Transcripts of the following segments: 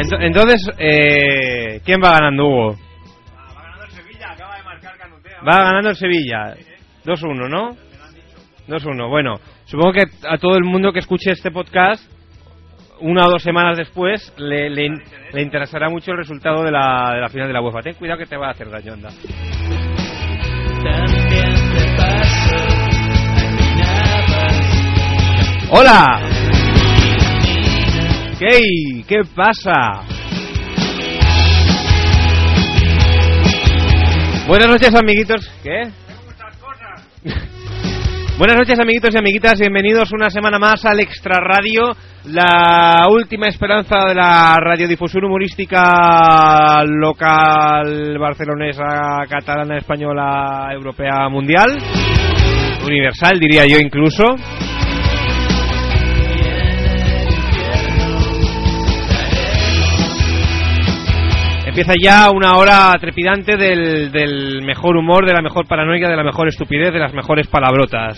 este entonces, eh, ¿quién va ganando, Hugo? Va ganando el Sevilla, acaba de marcar Canutea. Va ganando el Sevilla. 2-1, ¿no? 2-1. Bueno, supongo que a todo el mundo que escuche este podcast, una o dos semanas después, le, le, in- le interesará mucho el resultado de la, de la final de la UEFA. Ten cuidado que te va a hacer daño, anda. ¡Hola! ¿Qué? ¿Qué pasa? Buenas noches, amiguitos. ¿Qué? Buenas noches, amiguitos y amiguitas. Bienvenidos una semana más al Extra Radio, la última esperanza de la radiodifusión humorística local, barcelonesa, catalana, española, europea, mundial. Universal, diría yo incluso. Empieza ya una hora trepidante del, del mejor humor, de la mejor paranoia, de la mejor estupidez, de las mejores palabrotas.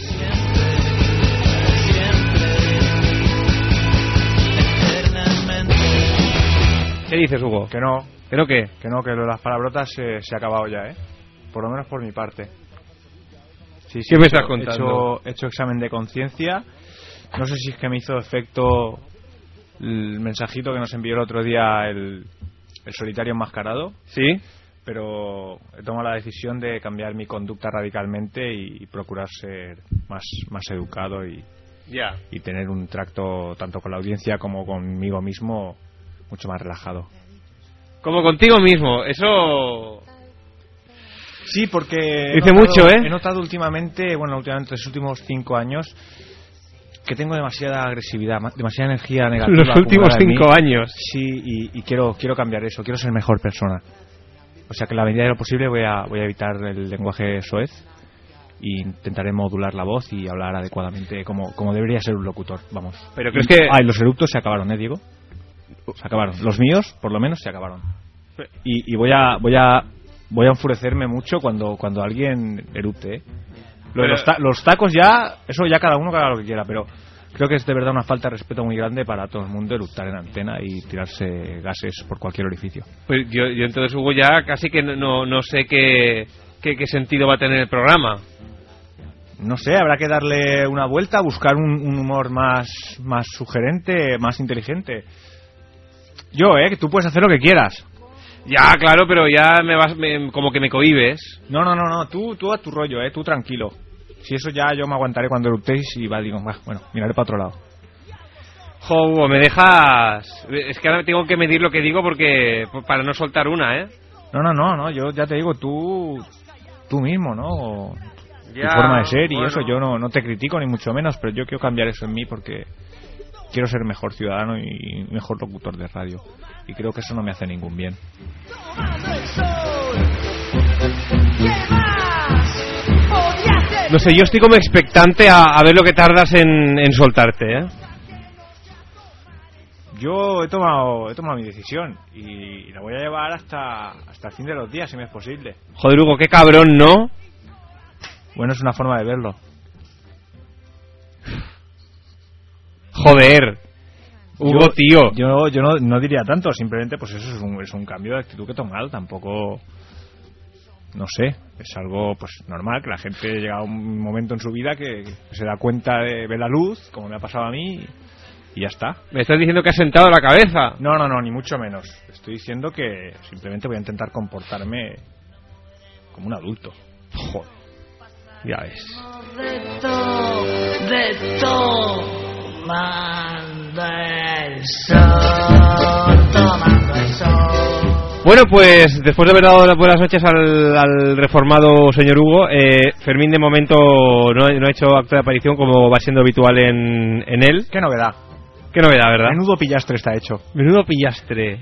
¿Qué dices, Hugo? Que no, Creo que. que no, que lo de las palabrotas eh, se ha acabado ya, ¿eh? Por lo menos por mi parte. Sí, ¿Qué me he estás hecho- He contando? hecho, he hecho examen de conciencia. No sé si es que me hizo efecto el mensajito que nos envió el otro día el, el solitario enmascarado, ¿Sí? pero he tomado la decisión de cambiar mi conducta radicalmente y, procurar ser más, más educado y, Ya. y tener un tracto tanto con la audiencia como conmigo mismo mucho más relajado. Como contigo mismo, eso. Sí, porque he Dice mucho, ¿eh? He notado últimamente, bueno, últimamente los últimos cinco años que tengo demasiada agresividad, ma- demasiada energía negativa. Los últimos acumulada en cinco mí. años. Sí, y, y quiero quiero cambiar eso. Quiero ser mejor persona. O sea que en la medida de lo posible voy a voy a evitar el lenguaje soez e intentaré modular la voz y hablar adecuadamente como como debería ser un locutor. Vamos. Pero crees que- ay, los eructos se acabaron, ¿eh, Diego? Se acabaron. Los míos, por lo menos, se acabaron. Y, y voy a voy a voy a enfurecerme mucho cuando cuando alguien erupte. ¿eh? Lo de Pero- los, ta- los tacos ya, eso ya cada uno que haga lo que quiera, pero creo que es de verdad una falta de respeto muy grande para todo el mundo eruptar en antena y tirarse gases por cualquier orificio. Pues yo, yo entonces, Hugo, ya casi que no, no sé qué, qué, qué sentido va a tener el programa. No sé, habrá que darle una vuelta, buscar un, un humor más, más sugerente, más inteligente. Yo, ¿eh? Que tú puedes hacer lo que quieras. Ya, claro, pero ya me vas, me- como que me cohibes. No, no, no, no, tú, tú a tu rollo, ¿eh? Tú tranquilo. Si eso ya yo me aguantaré cuando eruptéis y va, digo, "Bah, bueno, miraré para otro lado. Jo, Hugo, me dejas. Es que ahora tengo que medir lo que digo porque pues, para no soltar una, ¿eh? No, no, no, no, yo ya te digo, tú, tú mismo, ¿no? O- Ya, tu forma de ser y bueno. eso yo no, no te critico ni mucho menos pero yo quiero cambiar eso en mí porque quiero ser mejor ciudadano y mejor locutor de radio y creo que eso no me hace ningún bien No sé, yo estoy como expectante a, a ver lo que tardas en, en soltarte, ¿eh? yo he tomado he tomado mi decisión y la voy a llevar hasta hasta el fin de los días si me es posible Joder, Hugo, qué cabrón, ¿no? bueno es una forma de verlo Joder. Hugo, Yo- tío. yo yo no, no diría tanto simplemente pues eso es un, es un cambio de actitud que he tomado tampoco no sé es algo pues normal que la gente llega a un momento en su vida que se da cuenta de ve la luz como me ha pasado a mí y ya está Me estás diciendo que has sentado la cabeza. No, no, no, ni mucho menos. Estoy diciendo que simplemente voy a intentar comportarme como un adulto. Joder. Ya ves. De todo, de todo, manda el sol, tomando el sol. Bueno, pues después de haber dado las buenas noches al, al reformado señor Hugo, eh, Fermín de momento no, ha- no ha hecho acto de aparición como va siendo habitual en, en él. Qué novedad. Qué novedad, ¿verdad? Menudo pillastre está hecho. Menudo pillastre.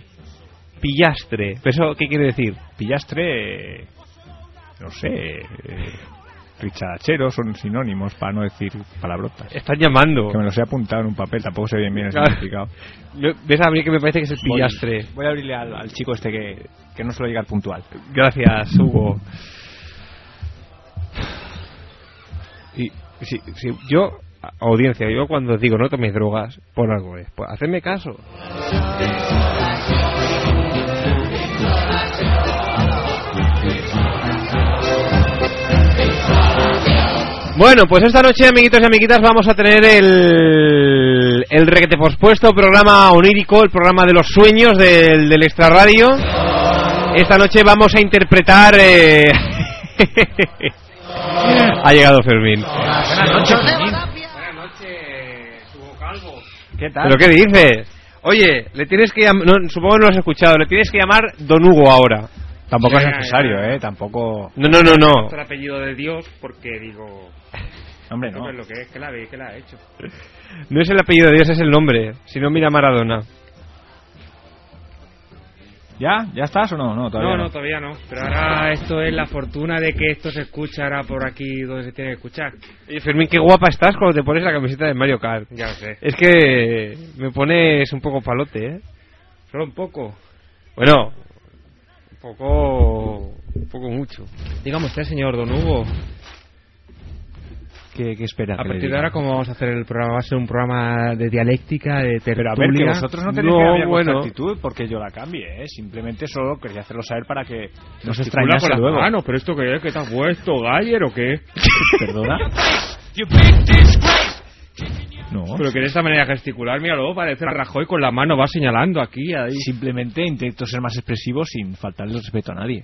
Pillastre. ¿Pero eso qué quiere decir? Pillastre. eh, No sé. eh, Richarachero son sinónimos para no decir palabrotas. Están llamando. Que me los he apuntado en un papel, tampoco sé bien bien el Claro. significado. Me- ¿Ves a mí que me parece que es el Voy- pillastre? Voy a abrirle al, al chico este que, que no suele llegar puntual. Gracias, Hugo. Y si, si yo, audiencia, yo cuando digo no toméis drogas, por algo es. Pues hacedme caso. Bueno, pues esta noche, amiguitos y amiguitas, vamos a tener el, el requete pospuesto, programa onírico, el programa de los sueños del, del extrarradio. Esta noche vamos a interpretar. eh, ha llegado Fermín. Buenas noches, Hugo Calvo. ¿Qué tal? ¿Pero qué dices? Oye, le tienes que llam- no, supongo que no lo has escuchado, le tienes que llamar Don Hugo ahora. Tampoco es Ya, ya, necesario, ya. ¿eh? Tampoco... No, no, no, no. Por apellido de Dios, porque digo, Hombre, no. no. es lo que es, que la ve, que la ha hecho. No es el apellido de Dios, es el nombre. Si no, mira Maradona. ¿Ya? ¿Ya estás o no? No, todavía no, no, todavía no. Pero ahora esto es la fortuna de que esto se escucha ahora por aquí donde se tiene que escuchar. Oye, Fermín, qué guapa estás cuando te pones la camiseta de Mario Kart. Ya lo sé. Es que me pones un poco palote, ¿eh? Solo un poco. Bueno, un poco... un poco mucho. Dígame usted, señor Don Hugo. ¿Qué, qué espera? A que le partir de diga? ahora, ¿cómo vamos a hacer el programa? Va a ser un programa de dialéctica, de tertulia. Pero a ver, que vosotros no tenéis No, que cambiar bueno. vuestra actitud porque yo la cambie, ¿eh? Simplemente solo quería hacerlo saber para que no se Gesticula extrañase con las luego. manos, pero esto qué es, que te has puesto, Galler o qué? ¿Perdona? No. Pero que de esta manera gesticular, míralo, parece Rajoy con la mano, va señalando aquí, ahí. Simplemente intento ser más expresivo sin faltarle el respeto a nadie.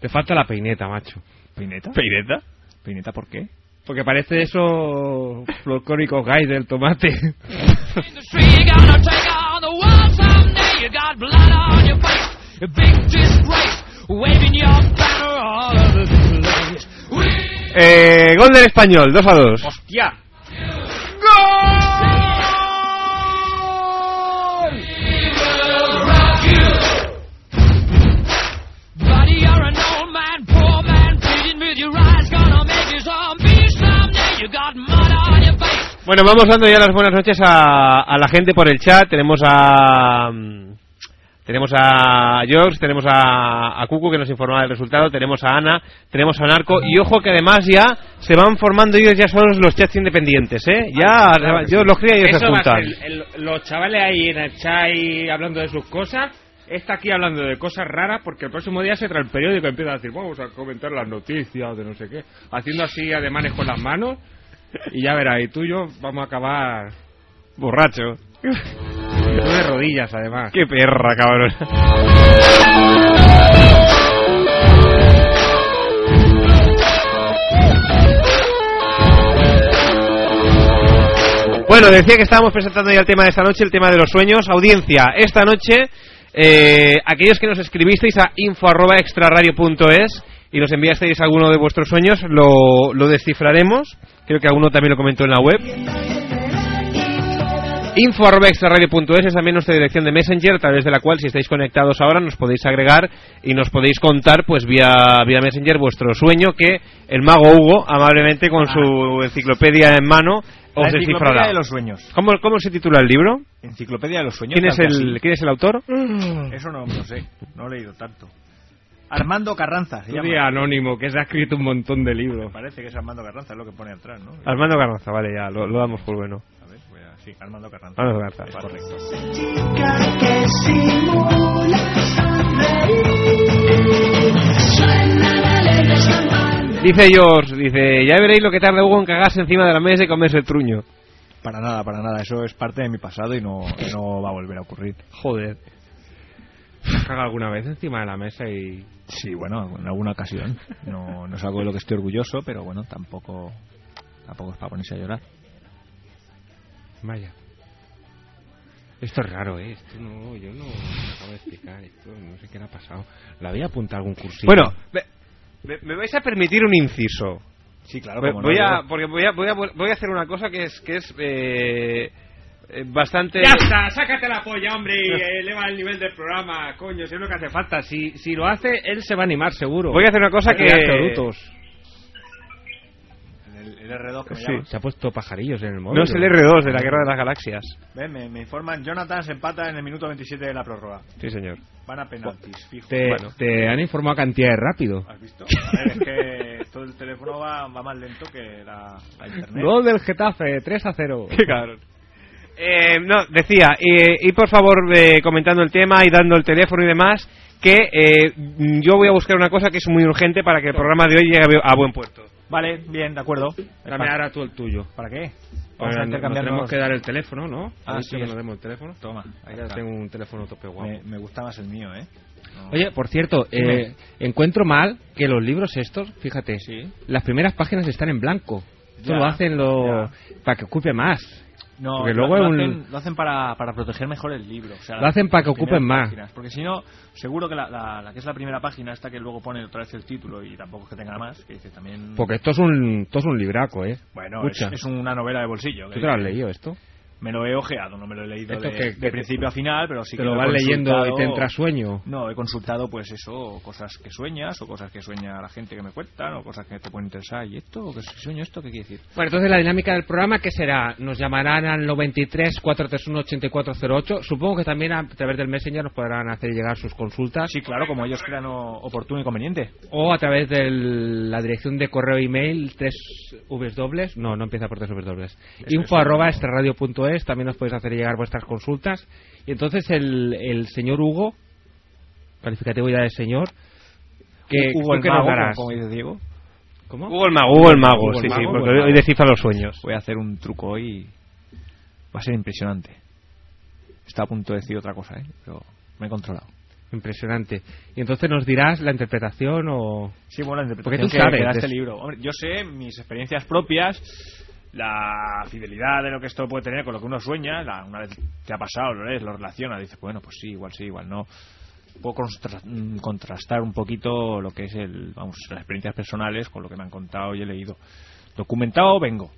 Te falta la peineta, macho. ¿Peineta? ¿Peineta? ¿Peineta por qué? Porque parece eso folclóricos guys del tomate. Eh, gol del español, 2 a 2. ¡Hostia! Bueno, vamos dando ya las buenas noches a, a la gente por el chat. Tenemos a. mm, Tenemos a George, tenemos a, a Cucu que nos informa del resultado, tenemos a Ana, tenemos a Narco y ojo que además ya se van formando ellos ya son los chats independientes, ¿eh? Ya Ah, claro que yo los cría y ellos se Eso va a juntan. ser el- los chavales ahí en el chat y hablando de sus cosas. Está aquí hablando de cosas raras porque el próximo día se trae el periódico y empieza a decir, vamos a comentar las noticias de no sé qué. Haciendo así ademanes con las manos. Y ya verás, y tú y yo vamos a acabar Borracho. tú de rodillas además. Qué perra, cabrón. Bueno, decía que estábamos presentando ya el tema de esta noche, el tema de los sueños. Audiencia, esta noche, eh, aquellos que nos escribisteis a info.extraradio.es y nos enviasteis alguno de vuestros sueños, lo, lo descifraremos. Creo que alguno también lo comentó en la web info.extraradio.es es también nuestra dirección de Messenger, a través de la cual, si estáis conectados ahora, nos podéis agregar y nos podéis contar, pues vía, vía Messenger, vuestro sueño que el mago Hugo, amablemente con su enciclopedia en mano, Ah. La os enciclopedia descifrará. de los sueños. ¿Cómo, ¿Cómo se titula el libro? Enciclopedia de los sueños. ¿Quién es tal que el, ¿quién es el autor? así. Mm. Eso no lo sé. No he leído tanto. Armando Carranza se Tú llama. di anónimo, que se ha escrito un montón de Me libros. parece que es Armando Carranza, es lo que pone atrás, ¿no? Armando Carranza, vale, ya, lo, lo damos por bueno. A ver, voy a- Sí, Armando Carranza. Armando Carranza. Es correcto. Dice George, dice, ya veréis lo que tarda Hugo en cagarse encima de la mesa y comerse el truño. Para nada, para nada. Eso es parte de mi pasado y no, y no va a volver a ocurrir. Joder. Caga alguna vez encima de la mesa y Sí, bueno, en alguna ocasión. No, no es algo de lo que estoy orgulloso, pero bueno, tampoco, tampoco es para ponerse a llorar. Vaya. Esto es raro, ¿eh? Esto no, yo no me acabo de explicar. Esto no sé qué le ha pasado. ¿La había apuntado a algún cursillo? Bueno, me- me- me vais a permitir un inciso. Sí, claro. Voy- como no, voy a yo- porque voy a, voy a voy a hacer una cosa que es que es eh, eh, bastante ¡Ya está! ¡Sácate la polla, hombre! y eh, eleva el nivel del programa, coño. Si es lo que hace falta. Si, si lo hace, él se va a animar, seguro. voy a hacer una cosa Hay que darse que brutos. El, el R2 que me Sí. llama. Se ha puesto pajarillos en el móvil. no es el R2 de la Guerra de las Galaxias. Ven, me, me informan, Jonathan se empata en el minuto 27 de la prórroga. Sí, señor. Van a penaltis, fijo. Te, Bueno. te han informado cantidad de rápido. ¿Has visto? A ver, es que todo el teléfono va, va más lento que la, la internet. Gol del Getafe, 3 a 0. Qué cabrón. Eh, no, decía, eh, y por favor eh, comentando el tema y dando el teléfono y demás, que eh, yo voy a buscar una cosa que es muy urgente para que el programa de hoy llegue a bu- a buen puerto. Vale, bien, de acuerdo. Dame ahora tú el tuyo. ¿Para qué? Vamos Ahora nos a tenemos intercambiarnos. que dar el teléfono, ¿no? ¿Has Ah, dicho sí, que es- nos demos el teléfono. Toma, ahí Ahora está. tengo un teléfono tope guapo. Me, me gusta más el mío, ¿eh? No. Oye, por cierto, eh, encuentro mal que los libros estos, fíjate, Sí. las primeras páginas están en blanco. Esto Ya, lo hacen lo... para que ocupe más. No, porque lo- luego lo, es un- hacen, lo hacen para, para proteger mejor el libro. o sea, Lo hacen para que las ocupen primeras más. páginas, porque si no, seguro que la, la- la que es la primera página, esta que luego pone otra vez el título y tampoco es que tenga más, que dice también... Porque esto es un, esto es un libraco, ¿eh? Mm. bueno, es, Escucha, es una novela de bolsillo. que ¿Tú te lo has dice, leído esto? Me lo he ojeado, no me lo he leído Esto de, que- de que te- principio a final, pero sí te que lo he vas leyendo y te consultado- entra sueño. No, he consultado pues eso, o cosas que sueñas, o cosas que sueña la gente que me cuentan, o cosas que te pueden interesar. ¿Y esto? ¿Qué sueño esto? ¿Qué quiere decir? Bueno, entonces la dinámica del programa, ¿qué será? Nos llamarán al 93-431-8408. Supongo que también a través del Messenger nos podrán hacer llegar sus consultas. Sí, claro, como ellos crean o- oportuno y conveniente. O a través de la dirección de correo email, 3 Vs dobles. No, no empieza por 3 Vs dobles. Eso Info es, arroba no. extraradio.es. También nos podéis hacer llegar vuestras consultas. Y entonces el, el señor Hugo, calificativo ya de señor, que Hugo ¿tú el qué nos mago, como- darás? como dice Diego. ¿Cómo? Google Mago, Google Mago, Google sí, Mago, sí, Google porque hoy- Mago. hoy descifra los sueños. pues Voy a hacer un truco hoy. Va a ser impresionante. Está a punto de decir otra cosa, ¿eh? Pero me he controlado. Impresionante. Y entonces nos dirás la interpretación o... Sí, bueno, la Porque tú interpretación que, sabes que da de este esto. libro. Hombre, yo sé mis experiencias propias, la fidelidad de lo que esto puede tener con lo que uno sueña. la- una vez te ha pasado, lo lees, lo relacionas, dices, bueno, pues sí, igual sí, igual no. Puedo constra- mm, contrastar un poquito lo que es el, vamos, las experiencias personales con lo que me han contado y he leído. Documentado vengo.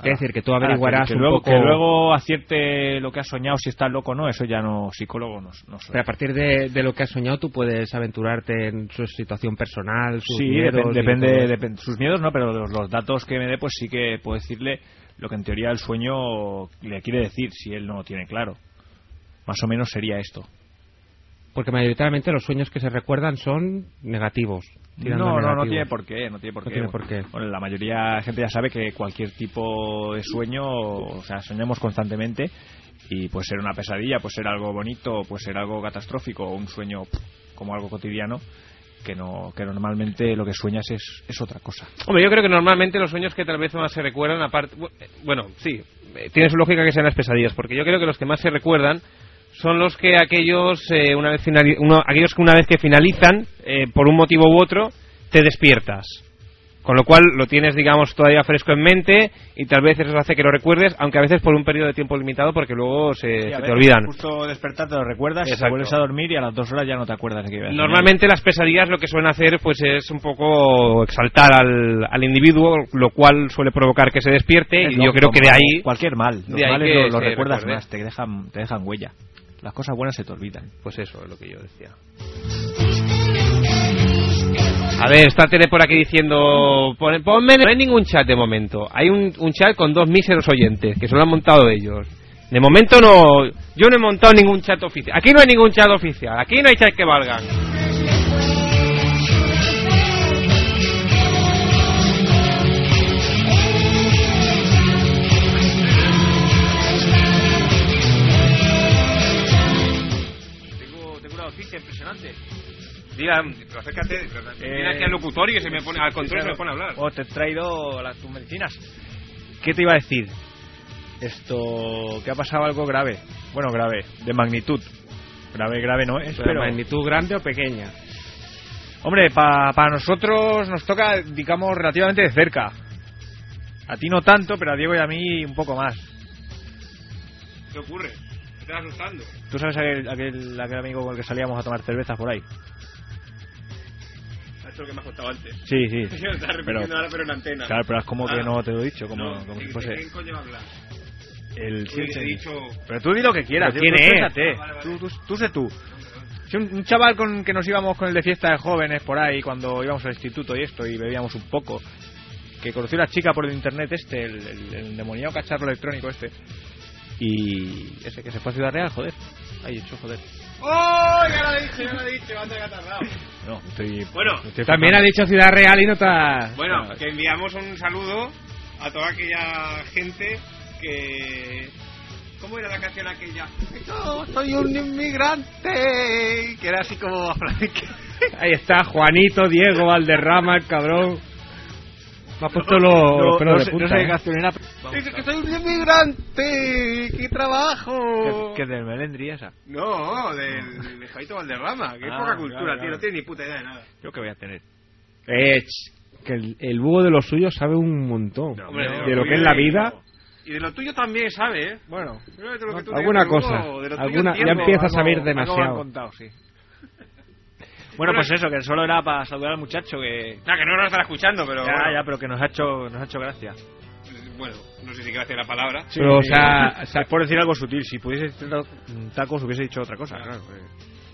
Quiere decir que tú Ahora, averiguarás que, que un luego, poco- que luego acierte lo que has soñado, si estás loco o no, eso ya no, psicólogo no, no soy. Pero a partir de, de lo que has soñado, tú puedes aventurarte en su situación personal, sus sí, miedos depen- y depende, todo eso. depen- sus miedos no, pero los, los datos que me dé, pues sí que puedo decirle lo que en teoría el sueño le quiere decir, si él no lo tiene claro. Más o menos sería esto. Porque mayoritariamente los sueños que se recuerdan son negativos. tirando a No, no, no negativos. tiene por qué, no tiene por No qué. tiene por qué. Bueno, la mayoría de gente ya sabe que cualquier tipo de sueño, o sea, soñamos constantemente y puede ser una pesadilla, puede ser algo bonito, puede ser algo catastrófico, o un sueño pff, como algo cotidiano, que no que normalmente lo que sueñas es, es otra cosa. Hombre, yo creo que normalmente los sueños que tal vez más se recuerdan, aparte, bu- eh, bueno, sí, eh, tiene su lógica que sean las pesadillas, porque yo creo que los que más se recuerdan son los que aquellos, eh, una vez finali- uno- aquellos que una vez que finalizan, eh, por un motivo u otro, te despiertas. Con lo cual lo tienes, digamos, todavía fresco en mente y tal vez eso hace que lo recuerdes, aunque a veces por un periodo de tiempo limitado, porque luego se, Sí, a se te veces olvidan. Justo despertar te lo recuerdas, Exacto. te vuelves a dormir y a las dos horas ya no te acuerdas de qué ibas a soñar. Normalmente las pesadillas lo que suelen hacer pues es un poco exaltar al, al individuo, lo cual suele provocar que se despierte Es y yo lógico, creo que de como ahí Cualquier mal, los de ahí males que lo, lo se recuerdas recuerde. más, te dejan, te dejan huella. Las cosas buenas se te olvidan. pues eso es lo que yo decía. A ver, está Tere por aquí diciendo, pon- ponme, no hay ningún chat de momento. Hay un, un chat con dos míseros oyentes que se lo han montado ellos. De momento no, yo no he montado ningún chat oficial. Aquí no hay ningún chat oficial, aquí no hay chat que valgan. Tengo, una noticia impresionante. Diga, acércate. Mira aquí al locutor y que se me pone, al control se me pone a hablar. Oh, te he traído las, tus medicinas. ¿Qué te iba a decir? Esto, que ha pasado algo grave. Bueno, grave, de magnitud. Grave, grave no es, Pero pero... magnitud grande o pequeña. Hombre, para nosotros nos toca, digamos, relativamente de cerca. A ti no tanto, pero a Diego y a mí un poco más. ¿Qué ocurre? ¿Te estás asustando? ¿Tú sabes aquel, aquel, aquel amigo con el que salíamos a tomar cervezas por ahí? Eso que me has contado antes. Sí, sí. Yo estaba repitiendo Pero- ahora, pero en antena. Claro, pero es como que Ah. no te lo he dicho, como, No, como ¿de- si de fuese quién coño hablas? el... Uy, he dicho... Pero tú di lo que quieras. ¿Pero yo- quién tú es? exprésate. Ah, vale, vale. Tú, tú, tú sé tú. Si un, un chaval con que nos íbamos con el de fiesta de jóvenes por ahí cuando íbamos al instituto y esto y bebíamos un poco, que conoció una chica por el internet este, el, el, el endemoniado cacharro electrónico este, y ese que se fue a Ciudad Real, joder. Ay, hecho, joder. ¡Oh! Ya lo he dicho, ya lo he dicho. Anda, que ha tardado. No, estoy... Bueno, estoy También ha dicho Ciudad Real y no te ha- Bueno, que enviamos un saludo a toda aquella gente que ¿Cómo era la canción aquella? Yo soy un inmigrante. Que era así como Ahí está, Juanito, Diego, Valderrama, el cabrón. Me ha puesto los, los pelos de punta. ¿eh? Dice que soy un inmigrante. ¡Qué trabajo! Que del Melendri esa. No, del, de Javito Valderrama. Qué Ah, poca cultura, claro, tío. claro. No tiene ni puta idea de nada. Yo que voy a tener. Eh, ch, que el, el búho de los suyos sabe un montón Hombre, de lo que es la vida. Y de lo tuyo también, ¿sabe? ¿eh? Bueno, Pero de lo que tú alguna dices, cosa, Hugo, de lo tuyo alguna- ya entiendo. empieza a saber Algo- algo demasiado. han contado, sí. Bueno, pues eso, que solo era para saludar al muchacho que. Nada, que no lo estará escuchando, pero. Ya, bueno. ya, pero que nos ha hecho, nos ha hecho gracia. Bueno, no sé si gracias a la palabra. pero, o sea, se ha- Por decir algo sutil, si pudiese decir un tacos hubiese dicho otra cosa, claro. eh.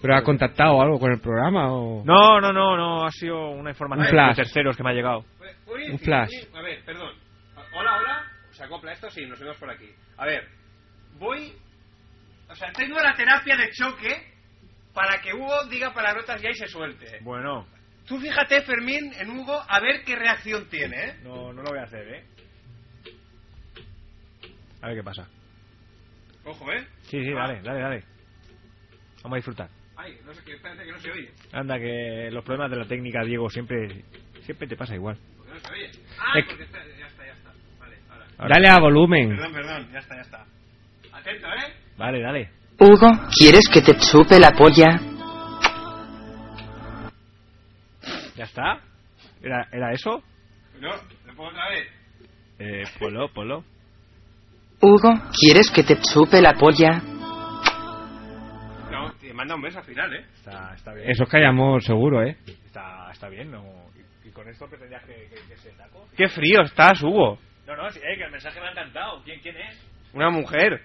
pero ha contactado algo con el programa o No, no, no, no, ha sido una información Un flash. de terceros que me ha llegado. Uy, Un flash. uy, a ver, perdón. Hola, hola. ¿Se acopla esto? Sí, nos vemos por aquí. A ver, voy. O sea, tengo la terapia de choque para que Hugo diga palabrotas ya y se suelte. Bueno, Tú fíjate, Fermín, en Hugo a ver qué reacción tiene, ¿eh? no, no lo voy a hacer, ¿eh? A ver qué pasa. Ojo, ¿eh? Sí, sí, dale, dale, dale. Vamos a disfrutar. Ay, no sé qué, espérate que no se oye. Anda, que los problemas de la técnica, Diego, siempre siempre te pasa igual. Porque no se oye. Ah, Es que- porque está, ya está, ya está. Vale, ahora. Dale a volumen. Perdón, perdón, ya está, ya está. Atento, ¿eh? Vale, dale. Hugo, ¿quieres que te chupe la polla? ¿Ya está? ¿Era, era eso? No, lo pongo otra vez. Eh, polo, polo. Hugo, ¿quieres que te chupe la polla? No, te manda un beso al final, ¿eh? Está, está bien. Eso es que hay amor, seguro, ¿eh? Está, está bien, ¿no? ¿Y, y con esto pretendías que, que, que se taco? Qué frío estás, Hugo. No, no, sí, eh, que el mensaje me ha encantado. ¿Quién, quién es? Una mujer.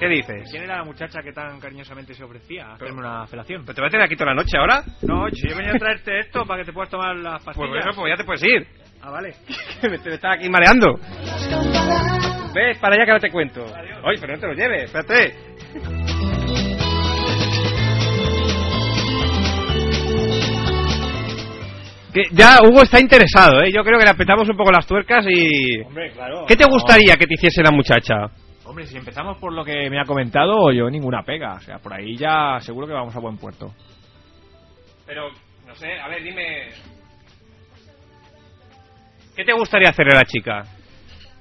¿Qué dices? ¿Quién era la muchacha que tan cariñosamente se ofrecía a hacerme una felación? ¿Pero te va a tener aquí toda la noche ahora? No, si yo venía a traerte esto para que te puedas tomar las Pues pastillas. por eso, pues ya te puedes ir. Ah, vale. me, me estás aquí mareando. Ves, para allá que ahora te cuento. Oye, pero no te lo lleves, espérate. Que ya Hugo está interesado, ¿eh? Yo creo que le apretamos un poco las tuercas y... Hombre, claro. ¿Qué te gustaría que te hiciese la muchacha? Hombre, si empezamos por lo que me ha comentado, yo ninguna pega. O sea, por ahí ya seguro que vamos a buen puerto. Pero, no sé, a ver, dime... ¿Qué te gustaría hacerle a la chica?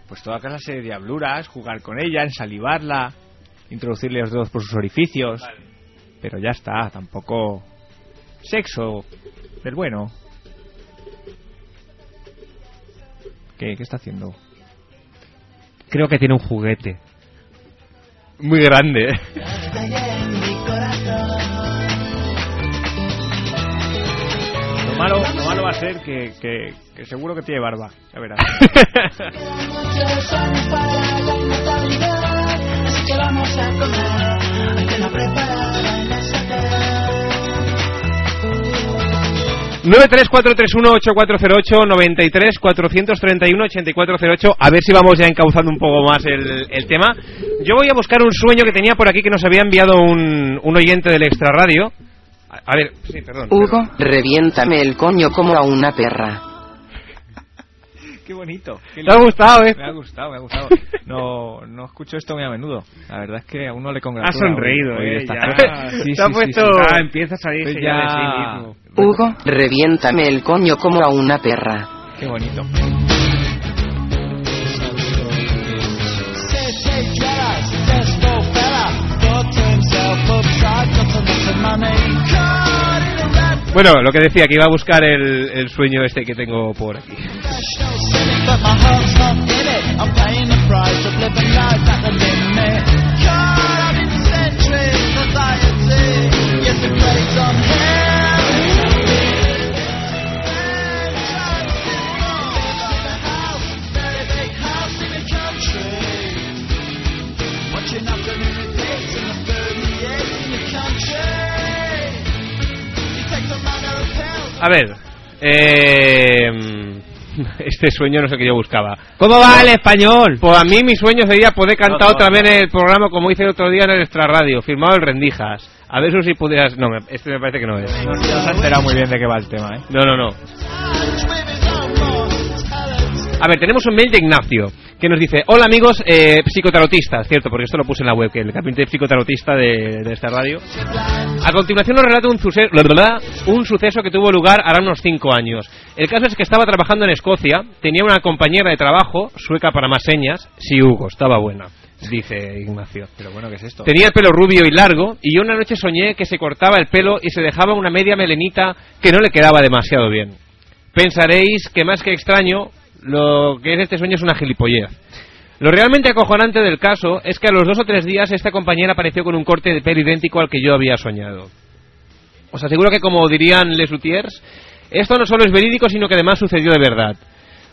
Pues toda clase de diabluras, jugar con ella, ensalivarla, introducirle los dedos por sus orificios. Pero ya está, tampoco. Sexo del bueno. ¿Qué, qué está haciendo? Creo que tiene un juguete. Muy grande, ¿eh? Lo malo, lo malo va a ser que, que- que seguro que tiene barba. Ya verás. ocho a ver si vamos ya encauzando un poco más el, el tema. Yo voy a buscar un sueño que tenía por aquí que nos había enviado un, un oyente del Extra Radio. A, a ver, sí, perdón. Hugo, perdón. reviéntame el coño como a una perra. qué bonito. qué ¿Te ha gustado, eh? Me ha gustado, me ha gustado. No, no escucho esto muy a menudo. La verdad es que a uno le congratula. Ha sonreído, oír eh, estas ya. cosas. Sí, Te ha puesto- Ah, empieza a salir Pues señal de sí ya- mismo. Hugo, reviéntame el coño como a una perra. Qué bonito. Bueno, lo que decía, que iba a buscar el, el sueño este que tengo por aquí. Country. You take the manner of hell. A ver, eh, Este sueño no sé qué yo buscaba. ¿Cómo va el español? Pues a mí mi sueño sería poder cantar otra vez en el programa como hice el otro día en el Extra Radio, firmado el Rendijas. A ver si pudieras... No, me- este me parece que no es. No se ha enterado muy bien de qué va el tema, ¿eh? No, no, no. A ver, tenemos un mail de Ignacio que nos dice: Hola amigos eh, psicotarotistas, cierto, porque esto lo puse en la web, que el gabinete psicotarotista de, de esta radio. A continuación nos relata un, suce- la verdad, un suceso que tuvo lugar hará unos 5 años. El caso es que estaba trabajando en Escocia, tenía una compañera de trabajo, sueca para más señas, sí, Hugo, estaba buena, dice Ignacio. Pero bueno, ¿qué es esto? Tenía el pelo rubio y largo, y yo una noche soñé que se cortaba el pelo y se dejaba una media melenita que no le quedaba demasiado bien. Pensaréis que más que extraño, lo que es este sueño es una gilipollez. Lo realmente acojonante del caso es que a los dos o tres días esta compañera apareció con un corte de pelo idéntico al que yo había soñado. Os aseguro que, como dirían Les Luthiers, esto no solo es verídico, sino que además sucedió de verdad.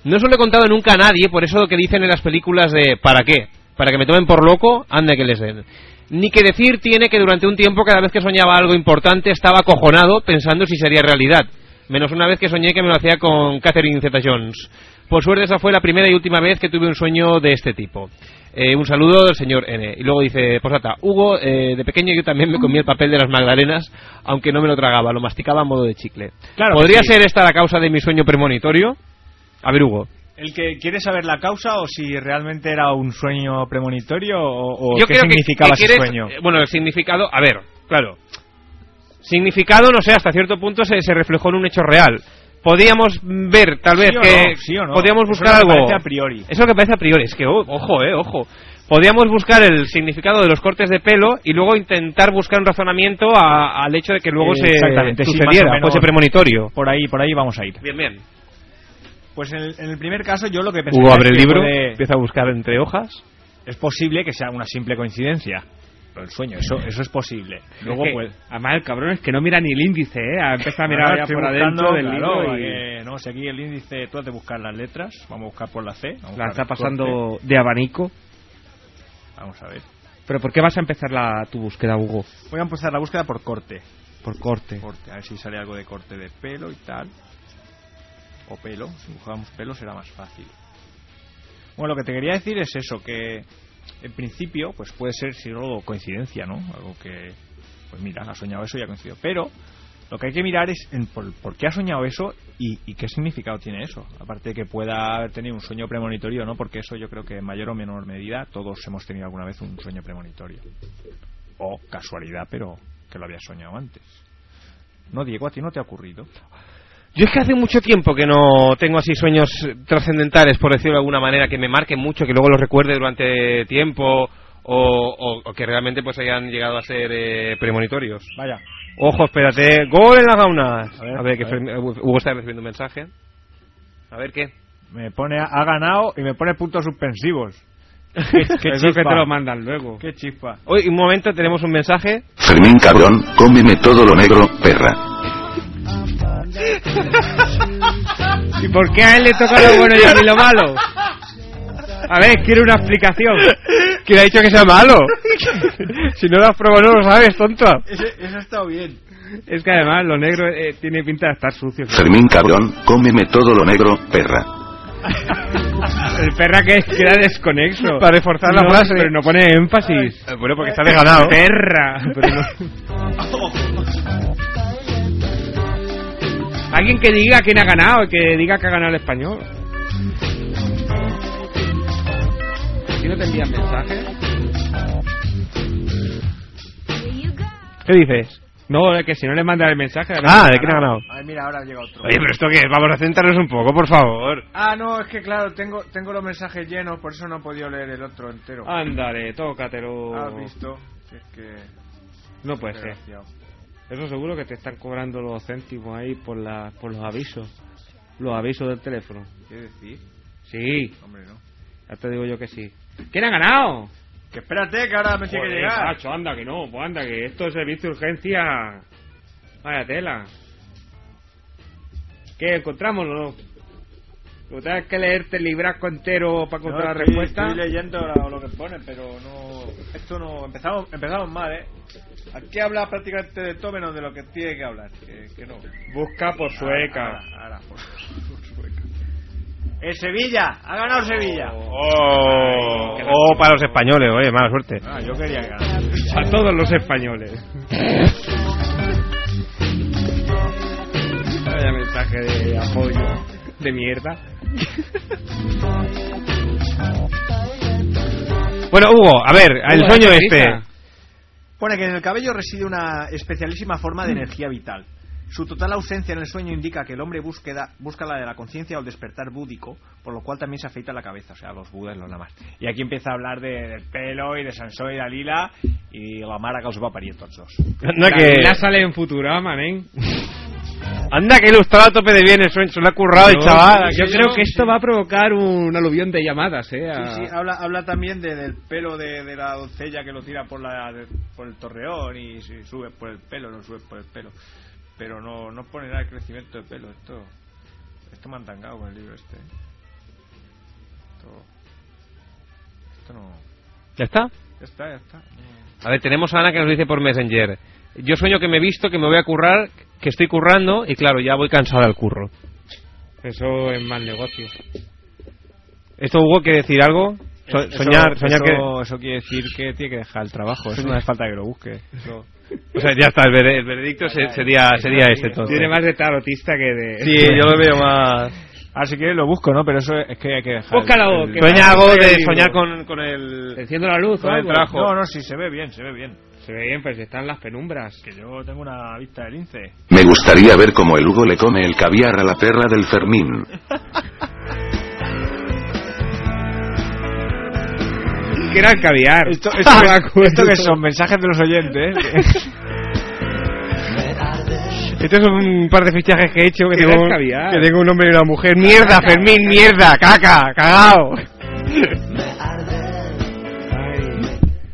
No se lo he contado nunca a nadie, por eso lo que dicen en las películas de ¿para qué? ¿Para que me tomen por loco? Anda que les den. Ni que decir tiene que durante un tiempo cada vez que soñaba algo importante estaba acojonado pensando si sería realidad. Menos una vez que soñé que me lo hacía con Catherine Zeta-Jones. Por suerte esa fue la primera y última vez que tuve un sueño de este tipo. Eh, un saludo del señor N. Y luego dice, posata, Hugo, eh, de pequeño yo también me comí el papel de las magdalenas, aunque no me lo tragaba, lo masticaba a modo de chicle. Claro que ¿Podría sí. ser esta la causa de mi sueño premonitorio? A ver, Hugo. ¿El que quiere saber la causa o si realmente era un sueño premonitorio o, o Yo qué creo que- significaba que ese quieres- sueño? eh, Bueno, el significado, a ver, claro. Significado, no sé, hasta cierto punto se, se reflejó en un hecho real. Podíamos ver, tal vez, ¿Sí o que no? ¿Sí o no? podíamos Eso buscar es lo que algo. parece a priori. Eso es lo que parece a priori, es que, oh, ojo, eh, ojo. Podíamos buscar el significado de los cortes de pelo y luego intentar buscar un razonamiento a- al hecho de que luego Eh, se exactamente, sí, sucediera, más o menos. fuese premonitorio. Por ahí, por ahí vamos a ir. Bien, bien. Pues en el, en el primer caso yo lo que pensé Hugo abre el libro, empieza a buscar entre hojas. es posible que sea una simple coincidencia. Pero el sueño, eso, eso es posible. Luego Es que, pues... Además, el cabrón es que no mira ni el índice, ¿eh? Ha empezado a mirar Ahora ya estoy por buscando, adentro del claro, libro y eh, no, si aquí el índice, tú has de buscar las letras, vamos a buscar por la C. vamos a la buscar está el corte, pasando de abanico. Vamos a ver. ¿Pero por qué vas a empezar la, tu búsqueda, Hugo? Voy a empezar la búsqueda por corte. Por corte. corte. A ver si sale algo de corte de pelo y tal. O pelo. Si buscamos pelo será más fácil. Bueno, lo que te quería decir es eso, que en principio, pues puede ser si no coincidencia, ¿no? Algo que, pues mira, ha soñado eso y ha coincidido. Pero lo que hay que mirar es en por, por qué ha soñado eso y, y qué significado tiene eso. Aparte de que pueda haber tenido un sueño premonitorio, ¿no? Porque eso yo creo que en mayor o menor medida todos hemos tenido alguna vez un sueño premonitorio. O casualidad, pero que lo había soñado antes. No, Diego, a ti no te ha ocurrido. Yo es que hace mucho tiempo que no tengo así sueños eh, trascendentales, por decirlo de alguna manera, que me marquen mucho, que luego los recuerde durante tiempo o, o- o que realmente pues hayan llegado a ser eh, premonitorios. Vaya. Ojo, espérate. Gol en las gaunas. A ver, A ver, que a ver. Fer- Hugo está recibiendo un mensaje. A ver qué. Me pone, ha ganado y me pone puntos suspensivos. qué Eso que chispa. te lo mandan luego. Qué chispa. Hoy, un momento, tenemos un mensaje. Fermín cabrón, cómeme todo lo negro, perra. ¿Y por qué a él le toca lo bueno y a mí lo malo? A ver, quiero una explicación. ¿Quién ha dicho que sea malo? si no lo has probado, no lo sabes, tonta. Eso ha estado bien. Es que además lo negro eh, tiene pinta de estar sucio. Fermín cabrón, cómeme todo lo negro, perra. El perra que queda desconexo. Para reforzar la No, frase. Pero no pone énfasis. Bueno, porque está de ganado. Perra. pero no- Alguien que diga quién ha ganado y que diga que ha ganado el español. ¿Aquí no te envían mensajes? ¿Qué dices? No, es que si no le mandan el mensaje. Ah, ¿de quién ha ganado? A ver, mira, ahora llega otro. Oye, pero esto qué, es? vamos a centrarnos un poco, por favor. Ah, no, es que claro, tengo, tengo los mensajes llenos, por eso no he podido leer el otro entero. Ándale, tócatelo. Has visto. Si es que. No puede ser. desgraciado. Eso seguro que te están cobrando los céntimos ahí por, la, por los avisos. Los avisos del teléfono. ¿Qué decir? Sí, Hombre, no. ya te digo yo que sí. ¿Quién ha ganado? Que espérate, que ahora me tiene que Joder, llegar. macho, anda que no, pues anda que esto es servicio de urgencia. Vaya tela. ¿Qué encontramos o no? Lo tienes que leerte el librasco entero para encontrar la estoy- respuesta. Estoy leyendo lo, lo que pone, pero no. Esto no. Empezamos, empezamos mal, ¿eh? Aquí habla prácticamente de todo menos de lo que tiene que hablar. Que, que no. Busca por sueca. Ahora, ahora, por, por sueca. El Sevilla, ha ganado Sevilla. Oh, oh, para los españoles, oye, mala suerte. Ah, yo quería ganar. A todos los españoles. Vaya mensaje de apoyo de mierda. Bueno, Hugo, a ver, el Hugo, sueño ¿la este. pizza? Pone que en el cabello reside una especialísima forma de energía vital. Su total ausencia en el sueño indica que el hombre búsqueda- busca la de la conciencia o el despertar búdico, por lo cual también se afeita la cabeza, o sea, los budas, los lamas. Y aquí empieza a hablar de- del pelo y de Sansón y Dalila y la mara que os va a parir tots dos. Anda La que, Lila sale en Futurama, ¿eh? anda que ilustrado a tope de bien el sueño, se lo ha currado el chaval. yo creo que esto va a provocar un aluvión de llamadas, ¿eh? A- Sí, sí, habla, habla también de- del pelo de, de la doncella que lo tira por, la, de- por el torreón y si sube por el pelo, no sube por el pelo. Pero no, no pone nada de crecimiento de pelo. Esto, esto me han tangado con el libro este. Esto, esto no. ¿Ya está? Ya está, ya está. A ver, tenemos a Ana que nos dice por Messenger. Yo sueño que me he visto, que me voy a currar, que estoy currando y claro, ya voy cansada al curro. Eso es mal negocio. ¿Esto Hugo quiere decir algo? So- soñar, soñar que... Eso quiere decir que tiene que dejar el trabajo. Eso no hace falta que lo busque. Eso- O sea, ya está, el, vere- el veredicto se- sería, sería este entonces. Tiene más de tarotista que de... Sí, yo lo veo más... Ahora Ah, si quieres lo busco, ¿no? Pero eso es que hay que dejar. Búscalo, que Sueña va a algo romper de el libro. soñar con, con el... Enciendo la luz, Con o el algo. trajo. No, no, sí, se ve bien, se ve bien. Se ve bien, pues están las penumbras. Que yo tengo una vista de lince. Me gustaría ver cómo el Hugo le come el caviar a la perra del Fermín. Que era el caviar. Esto, esto, Me acuerdo. esto que son mensajes de los oyentes. ¿eh? Este es un par de fichajes que he hecho que Era tengo, el caviar. que tengo un hombre y una mujer. ¡Mierda, Fermín, mierda! ¡Caca! ¡Cagao!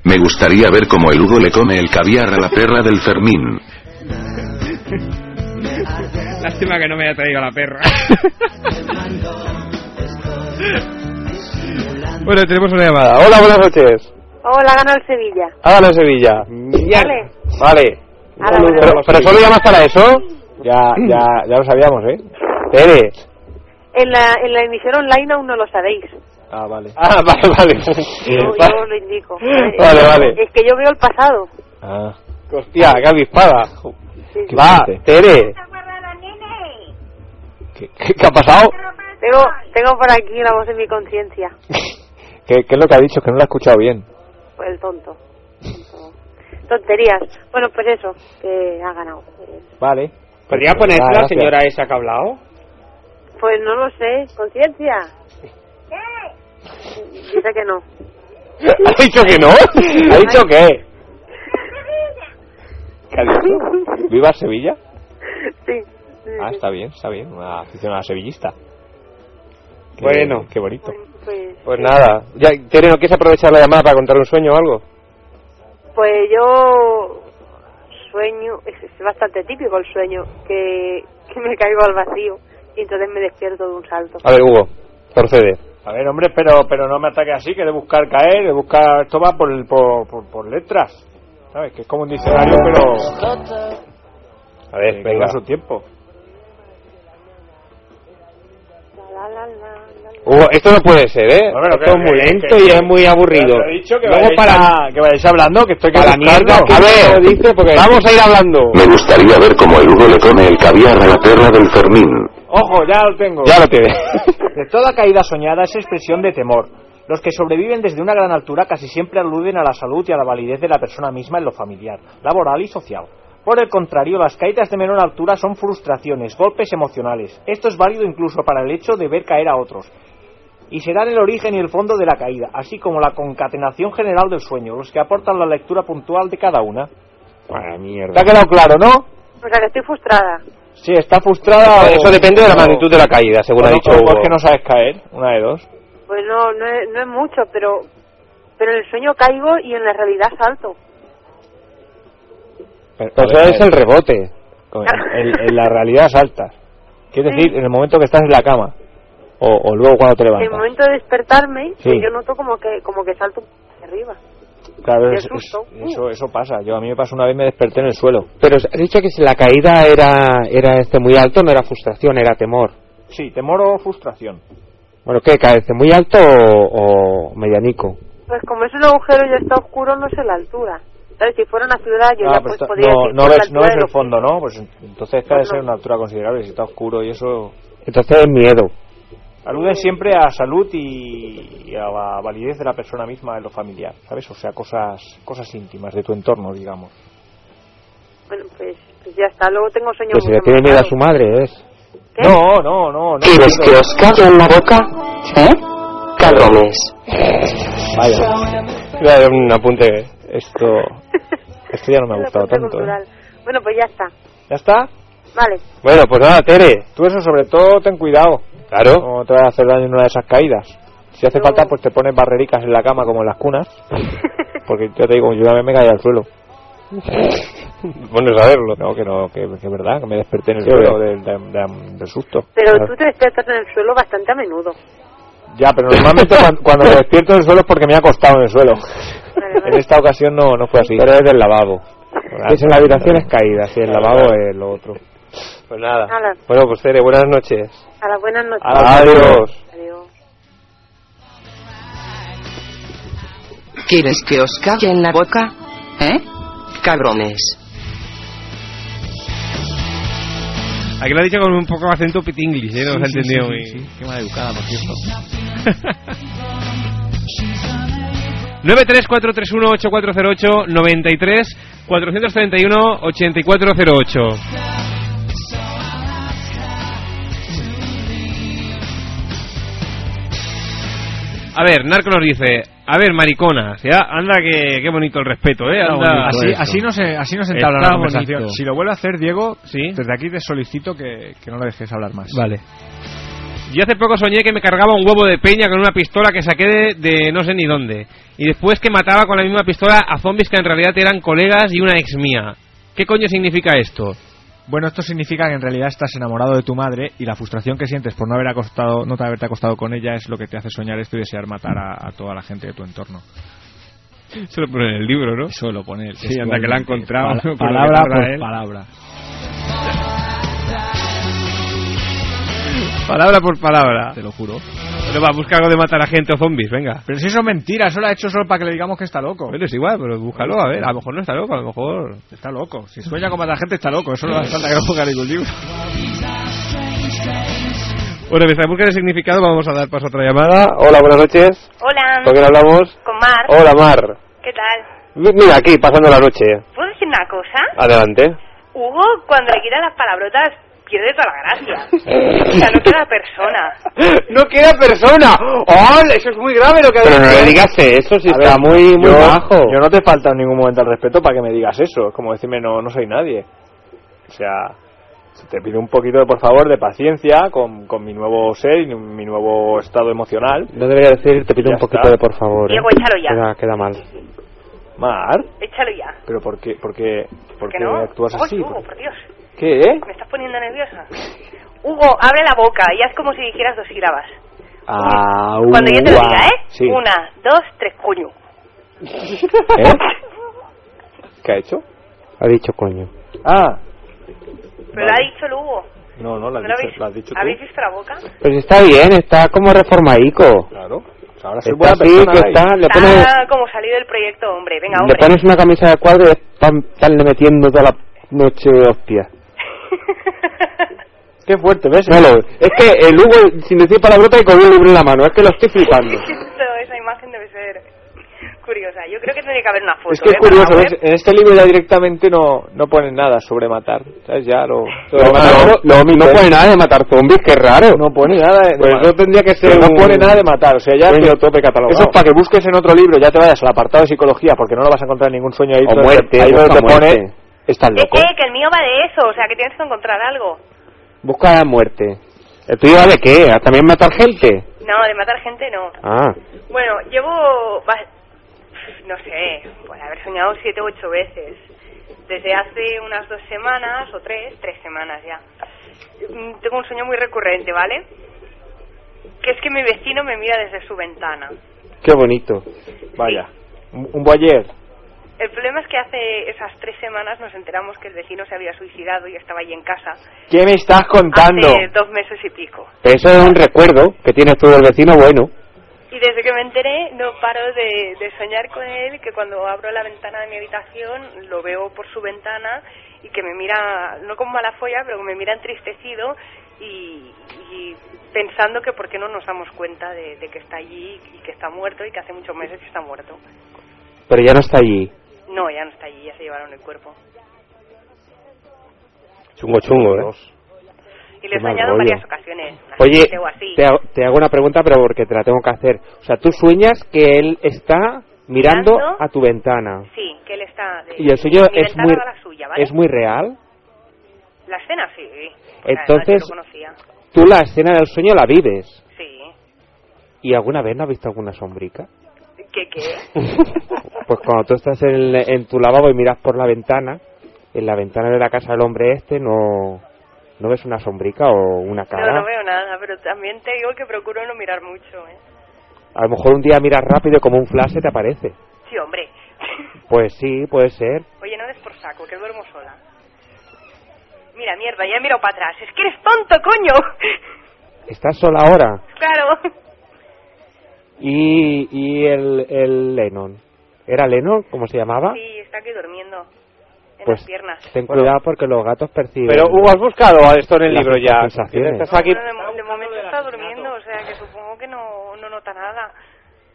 Me gustaría ver cómo el Hugo le come el caviar a la perra del Fermín. Lástima que no me haya traído la perra. Bueno, tenemos una llamada. Hola, buenas noches. Hola, gana el Sevilla. Hágalo en Sevilla. Vale. Vale. Ahora, bueno. solo llamas para eso. Ya, ya, ya lo sabíamos, ¿eh? Tere. En la, en la emisión online aún no lo sabéis. Ah, vale. Eh, Ah, vale, vale. Yo, yo lo indico. Vale, vale. Es que yo veo el pasado. Ah. Hostia, qué avispada. Sí, sí. Va, fuerte. Tere. ¿Qué, qué, qué ha pasado? Tengo, tengo por aquí la voz de mi conciencia. ¿Qué, qué es lo que ha dicho? Que no lo ha escuchado bien. Pues El tonto. Tonto. Tonterías. Bueno, pues eso, que ha ganado. Vale. ¿Podría poner poner la la gracias. señora señora esa que ha hablado? Pues no lo sé, conciencia. Dice que no. ¿Ha dicho que no? ¿Ha dicho qué? ¿Qué ha dicho? ¿Viva Sevilla? Sí. sí, Ah, sí. está bien, está bien. Una aficionada sevillista. Qué- Bueno. Qué bonito. Pues, Pues nada. Ya, Tere, ¿no quieres aprovechar la llamada para contar un sueño o algo? Pues yo sueño, es, es bastante típico el sueño, que, que me caigo al vacío y entonces me despierto de un salto. A ver, Hugo, procede. A ver, hombre, pero pero no me ataque así, que de buscar caer, de buscar... Esto va por, el- por, por, por letras, ¿sabes? Que es como un diccionario, pero... A ver, que venga. lleva su tiempo. La, la, la, la, la. Hugo, Uh, esto no puede ser, ¿eh? No, pero esto que- es muy que- lento que- y es muy aburrido. Pero he dicho que Luego vayáis, para, a- que vayáis hablando, que estoy que para la buscarlo. mierda, A ver, dice porque vamos a ir hablando. Me gustaría ver cómo el Hugo le come el caviar a la perra del Fermín. ojo, ya lo tengo. Ya lo tiene. De toda caída soñada es expresión de temor. Los que sobreviven desde una gran altura casi siempre aluden a la salud y a la validez de la persona misma en lo familiar, laboral y social. Por el contrario, las caídas de menor altura son frustraciones, golpes emocionales. Esto es válido incluso para el hecho de ver caer a otros. Y serán el origen y el fondo de la caída, así como la concatenación general del sueño, los que aportan la lectura puntual de cada una. Para ¿Te mierda. ha quedado claro, no? O sea que estoy frustrada. Sí, está frustrada. o- Eso depende de la o- magnitud de la caída, según o ha no- dicho o Hugo. porque no sabes caer, una de dos. Pues no, no es, no es mucho, pero, pero en el sueño caigo y en la realidad salto. Pero, Pero eso es el rebote. En, en la realidad saltas. Quiero Sí. decir, en el momento que estás en la cama. O, o luego cuando te En el levantas. momento de despertarme, Sí. pues yo noto como que, como que salto hacia arriba. Claro, Qué es- es- susto. Uh. eso, eso pasa. Yo a mí me pasó una vez me desperté en el suelo. Pero has dicho que si la caída era era este muy alto, no era frustración, era temor. Sí, temor o frustración. Bueno, ¿qué? este ¿Cabece muy alto o, o medianico? Pues como es un agujero y está oscuro, no sé la altura. Claro, si fuera una ciudad, yo Ah, ya pero pues está- podría no, decir no por la ves, no altura ves de el lo- fondo, ¿no? Pues entonces debe Pues no. ser una altura considerable. Si está oscuro y eso... Entonces miedo. Aluden siempre a salud y, y a la validez de la persona misma en lo familiar, ¿sabes? O sea, cosas cosas íntimas de tu entorno, digamos. Bueno, pues, pues ya está. Luego tengo sueño Pues si mucho le tiene más miedo a claro. su madre, ¿es? ¿Qué? No, no, no, no. ¿Quieres que os calle en la boca? ¿Eh? Pues, Cabrones. Vaya. Iba a dar un apunte. Esto, esto ya no me ha Es gustado bastante tanto. ¿eh? cultural. Bueno, pues ya está. ¿Ya está? Vale. Bueno, pues nada, Tere. Tú eso sobre todo ten cuidado. Claro. No te vas a hacer daño en una de esas caídas. Si hace No. falta, pues te pones barrericas en la cama como en las cunas. Porque yo te digo, yo ya me caí al suelo. bueno, saberlo. No, que no, que que es verdad, que me desperté en el Sí, suelo hombre. del, del- del- del susto. Pero tú te despiertas en el suelo bastante a menudo. Ya, pero normalmente cuan- cuando me despierto en el suelo es porque me he acostado en el suelo. Vale, vale. En esta ocasión no, no fue así. Pero es del lavabo. Es en la habitación es caída, si el lavabo eh, es lo otro. Pues nada. Hala. Bueno, pues Tere, buenas noches. A las buenas noches. Adiós. Adiós. ¿Quieres que os calle en la boca? ¿Eh? Cabrones. Aquí lo ha dicho con un poco acento pit English, ¿eh? No se ha entendido muy- Qué mal educada, por cierto. 934318408 93 431 8408 A ver, Narco nos dice, a ver, maricona, ya, anda que qué bonito el respeto, ¿eh? Anda, Así, así no se, así no se entabla Está la conversación. bonito. Si lo vuelve a hacer, Diego, Sí. desde aquí te solicito que, que no lo dejes hablar más. Vale. Yo hace poco soñé que me cargaba un huevo de peña con una pistola que saqué de, de no sé ni dónde. Y después que mataba con la misma pistola a zombies que en realidad eran colegas y una ex mía. ¿Qué coño significa esto? Bueno, esto significa que en realidad estás enamorado de tu madre y la frustración que sientes por no haber acostado, no te haberte acostado con ella es lo que te hace soñar esto y desear matar a, a toda la gente de tu entorno. Se lo pone en el libro, ¿no? Eso lo pone él. Sí, anda que la ha encontrado, Pala- por lo que palabra pues, narra por él. palabra. Palabra por palabra. Te lo juro. Pero va, busca algo de matar a gente o zombies, venga. Pero si eso es mentira, eso lo ha hecho solo para que le digamos que está loco. Bueno, es igual, pero búscalo, a ver, a lo mejor no está loco, a lo mejor... Está loco. Si sueña con matar gente, está loco. Eso no hace falta que lo ponga en ningún libro. Bueno, mientras busca el significado vamos a dar paso a otra llamada. Hola, hola, buenas noches. Hola. ¿Con quién hablamos? Con Mar. Hola, Mar. ¿Qué tal? Mi- Mira, aquí, pasando la noche. ¿Puedo decir una cosa? Adelante. Hugo, cuando le quitan las palabrotas, pierde toda la gracia. O sea, no queda persona. ¡No queda persona! ¡Oh, eso es muy grave lo que ¿eh? Pero no le digas eso si está muy, muy bajo. Yo no te falta en ningún momento el respeto para que me digas eso. Es como decirme, no, no soy nadie. O sea, te pido un poquito, por favor, de paciencia con, con mi nuevo ser y mi nuevo estado emocional. No debería decir, te pido un poquito de por favor. ¿eh? Diego, échalo ya. Queda- mal. ¿Mar? Échalo ya. ¿Pero por qué, por qué, por ¿Que qué no? actúas Uy, así? Hugo, por Dios. ¿Qué, eh? Me estás poniendo nerviosa. Hugo, abre la boca y haz como si dijeras dos sílabas. Ah, Cuando yo te lo ua. diga, ¿eh? Sí. Una, dos, tres, coño. ¿Eh? ¿Qué ha hecho? Ha dicho coño. Ah, Pero lo ha dicho el Hugo. no, no, la ¿No lo has habéis, dicho, la has dicho ¿Habéis tú. visto la boca? Pues está bien, está como reformadico. Claro. O sea, ahora soy buena persona. Ah, Que está, le, Está como salido del proyecto, hombre. Venga, hombre. una camisa de cuadro y están, metiendo toda la noche hostia. Qué fuerte, ¿ves? es que el Hugo, sin decir palabrota, y con un libro en la mano. Es que lo estoy flipando. Esto, esa imagen debe ser curiosa. Yo creo que tendría que haber una foto. Es que es ¿eh? Para curioso, la ¿ves? web. en este libro ya directamente no, no ponen nada sobre matar. ¿Sabes? Ya lo. no pone nada de matar zombies, qué raro. No pone nada de. Pues no tendría que ser. No pone nada de matar, o sea, ya. Sueño tope catalogado. Eso es para que busques en otro libro, ya te vayas al apartado de psicología, porque no lo vas a encontrar ningún sueño ahí. donde- ahí donde te pone. Estás Eh, eh, que el mío va de eso, o sea, que tienes que encontrar algo. Busca muerte. ¿El tuyo de qué? ¿A también matar gente? No, de matar gente no. Ah. Bueno, llevo, va- no sé, por haber soñado siete u ocho veces. Desde hace unas dos semanas o tres, tres semanas ya. Mm, Tengo un sueño muy recurrente, ¿vale? Que es que mi vecino me mira desde su ventana. Qué bonito. Vaya. Un, un voyeur. El problema es que hace esas tres semanas nos enteramos que el vecino se había suicidado y estaba allí en casa. ¿Qué me estás contando? Hace dos meses y pico. Eso es un recuerdo que tienes tú del vecino bueno. Y desde que me enteré no paro de, de soñar con él, que cuando abro la ventana de mi habitación lo veo por su ventana y que me mira, no con mala folla, pero que me mira entristecido y, y pensando que por qué no nos damos cuenta de, de que está allí y que está muerto y que hace muchos meses que está muerto. Pero ya no está allí. No, ya no está allí, ya se llevaron el cuerpo. Chungo, chungo, ¿eh? Y le he Qué mal soñado rollo. en varias ocasiones. así Oye, o así. te, ha- te hago una pregunta, pero porque te la tengo que hacer. O sea, tú sueñas que él está mirando, Mirando. a tu ventana. Sí, que él está... De, Y el suyo mi es ventana muy, da la suya, ¿vale? es muy real. La escena sí. porque además Entonces- yo lo conocía. Tú la escena del sueño la vives. Sí. ¿Y alguna vez no has visto alguna sombrica? ¿Qué qué? Pues cuando tú estás en, el- en tu lavabo y miras por la ventana, en la ventana de la casa del hombre este, no, no ves una sombrica o una cara. No, no veo nada, pero también te digo que procuro no mirar mucho, ¿eh? A lo mejor un día miras rápido y como un flash se te aparece. Sí, hombre. Pues sí, puede ser. Oye, no des por saco, que duermo sola. Mira, mierda, ya he mirado para atrás. Es que eres tonto, coño. Estás sola ahora. Claro. Y, y el, el Lennon. ¿Era Lennon? ¿Cómo se llamaba? Sí, está aquí durmiendo. En Pues las piernas. ten cuidado porque los gatos perciben. Pero Hugo, has buscado esto en el Las libro ya. sensaciones. Estás aquí. Bueno, de, de momento está durmiendo, o sea que supongo que no, no nota nada.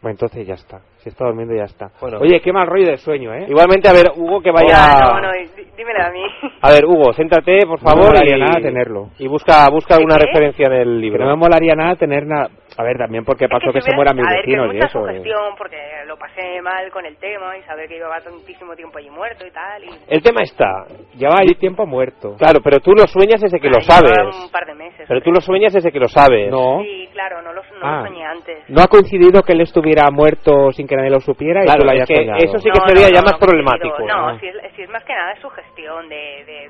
Bueno, Pues entonces ya está. Si está durmiendo, ya está. Bueno. Oye, qué mal rollo de sueño, ¿eh? Igualmente, a ver, Hugo, que vaya. Ah, no, no, di- dímelo a mí. A ver, Hugo, céntrate, por No me favor. molaría y, nada tenerlo. Y busca, busca alguna ¿Qué? referencia en el Que libro. no me molaría nada tener nada. A ver, también porque pasó que, si se hubiera- mueran mis a ver, que es vecinos y mucha eso. eh. sugestión, porque lo pasé mal con el tema y saber que llevaba tantísimo tiempo allí muerto y tal. Y... El tema está. Lleva ahí tiempo muerto. Claro, pero tú lo sueñas desde que Ay, lo llevaba sabes. Un par de meses. Pero tú lo sueñas desde que lo sabes. No. Sí, claro, no lo, no lo Ah. soñé antes. No ha coincidido que él estuviera muerto sin que nadie lo supiera y Claro, tú lo es hayas que soñado. eso sí que No, sería no, ya no, más no, problemático. Pues pero No, Ah. si, es, si es más que nada sugestión de, de,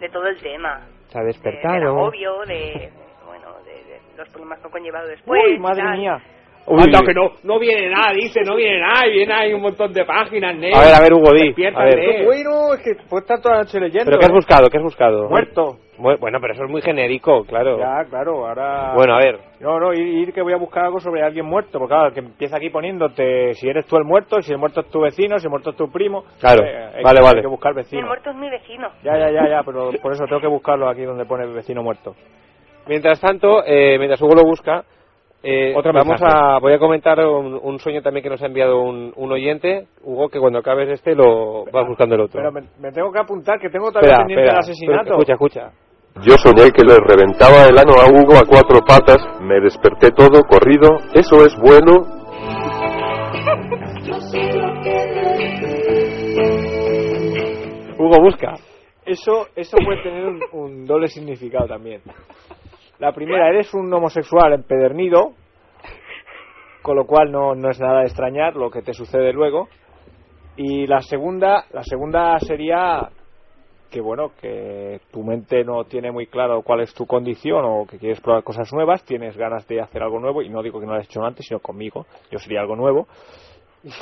de todo el tema. Se ha De- Del despertado. agobio, de, de, bueno, de, de los problemas que han conllevado después. y tal. Uy. Anda, que no, no viene nada, dice, no viene nada, y viene ahí un montón de páginas, negras. A ver, a ver, Hugo, di. A Despierta, ver. lee. Bueno, es que pues, puedo estar toda la noche leyendo. ¿Pero qué has buscado? ¿Qué has buscado? eh. Muerto. Mu- Bueno, pero eso es muy genérico, claro. claro, ahora... Bueno, a ver. No, no, ir, ir que voy a buscar algo sobre alguien muerto, porque claro, que empieza aquí poniéndote si eres tú el muerto, si el muerto es tu vecino, si el muerto es tu primo. eh, Claro, hay vale, que- vale. Hay que buscar El vecino. muerto es mi vecino. Ya, ya, ya, ya, pero por eso tengo que buscarlo aquí donde pone vecino muerto. Mientras tanto, eh, mientras Hugo lo busca, eh, Otro vamos mensaje. a, voy a comentar un, un sueño también que nos ha enviado un, un oyente. Hugo, que cuando acabes este lo vas buscando el otro. Pero me, me tengo que apuntar que tengo todavía espera, pendiente espera, el asesinato. pero escucha, escucha. Yo soñé que le reventaba el ano a Hugo a cuatro patas, me desperté todo corrido, eso es bueno. Hugo, busca. Eso, eso puede tener un, un doble significado también. La primera, eres un homosexual empedernido, con lo cual no, no es nada de extrañar lo que te sucede luego. Y la segunda, la segunda sería que bueno, que tu mente no tiene muy claro cuál es tu condición o que quieres probar cosas nuevas, tienes ganas de hacer algo nuevo y no digo que no lo has hecho antes, sino conmigo, yo sería algo nuevo.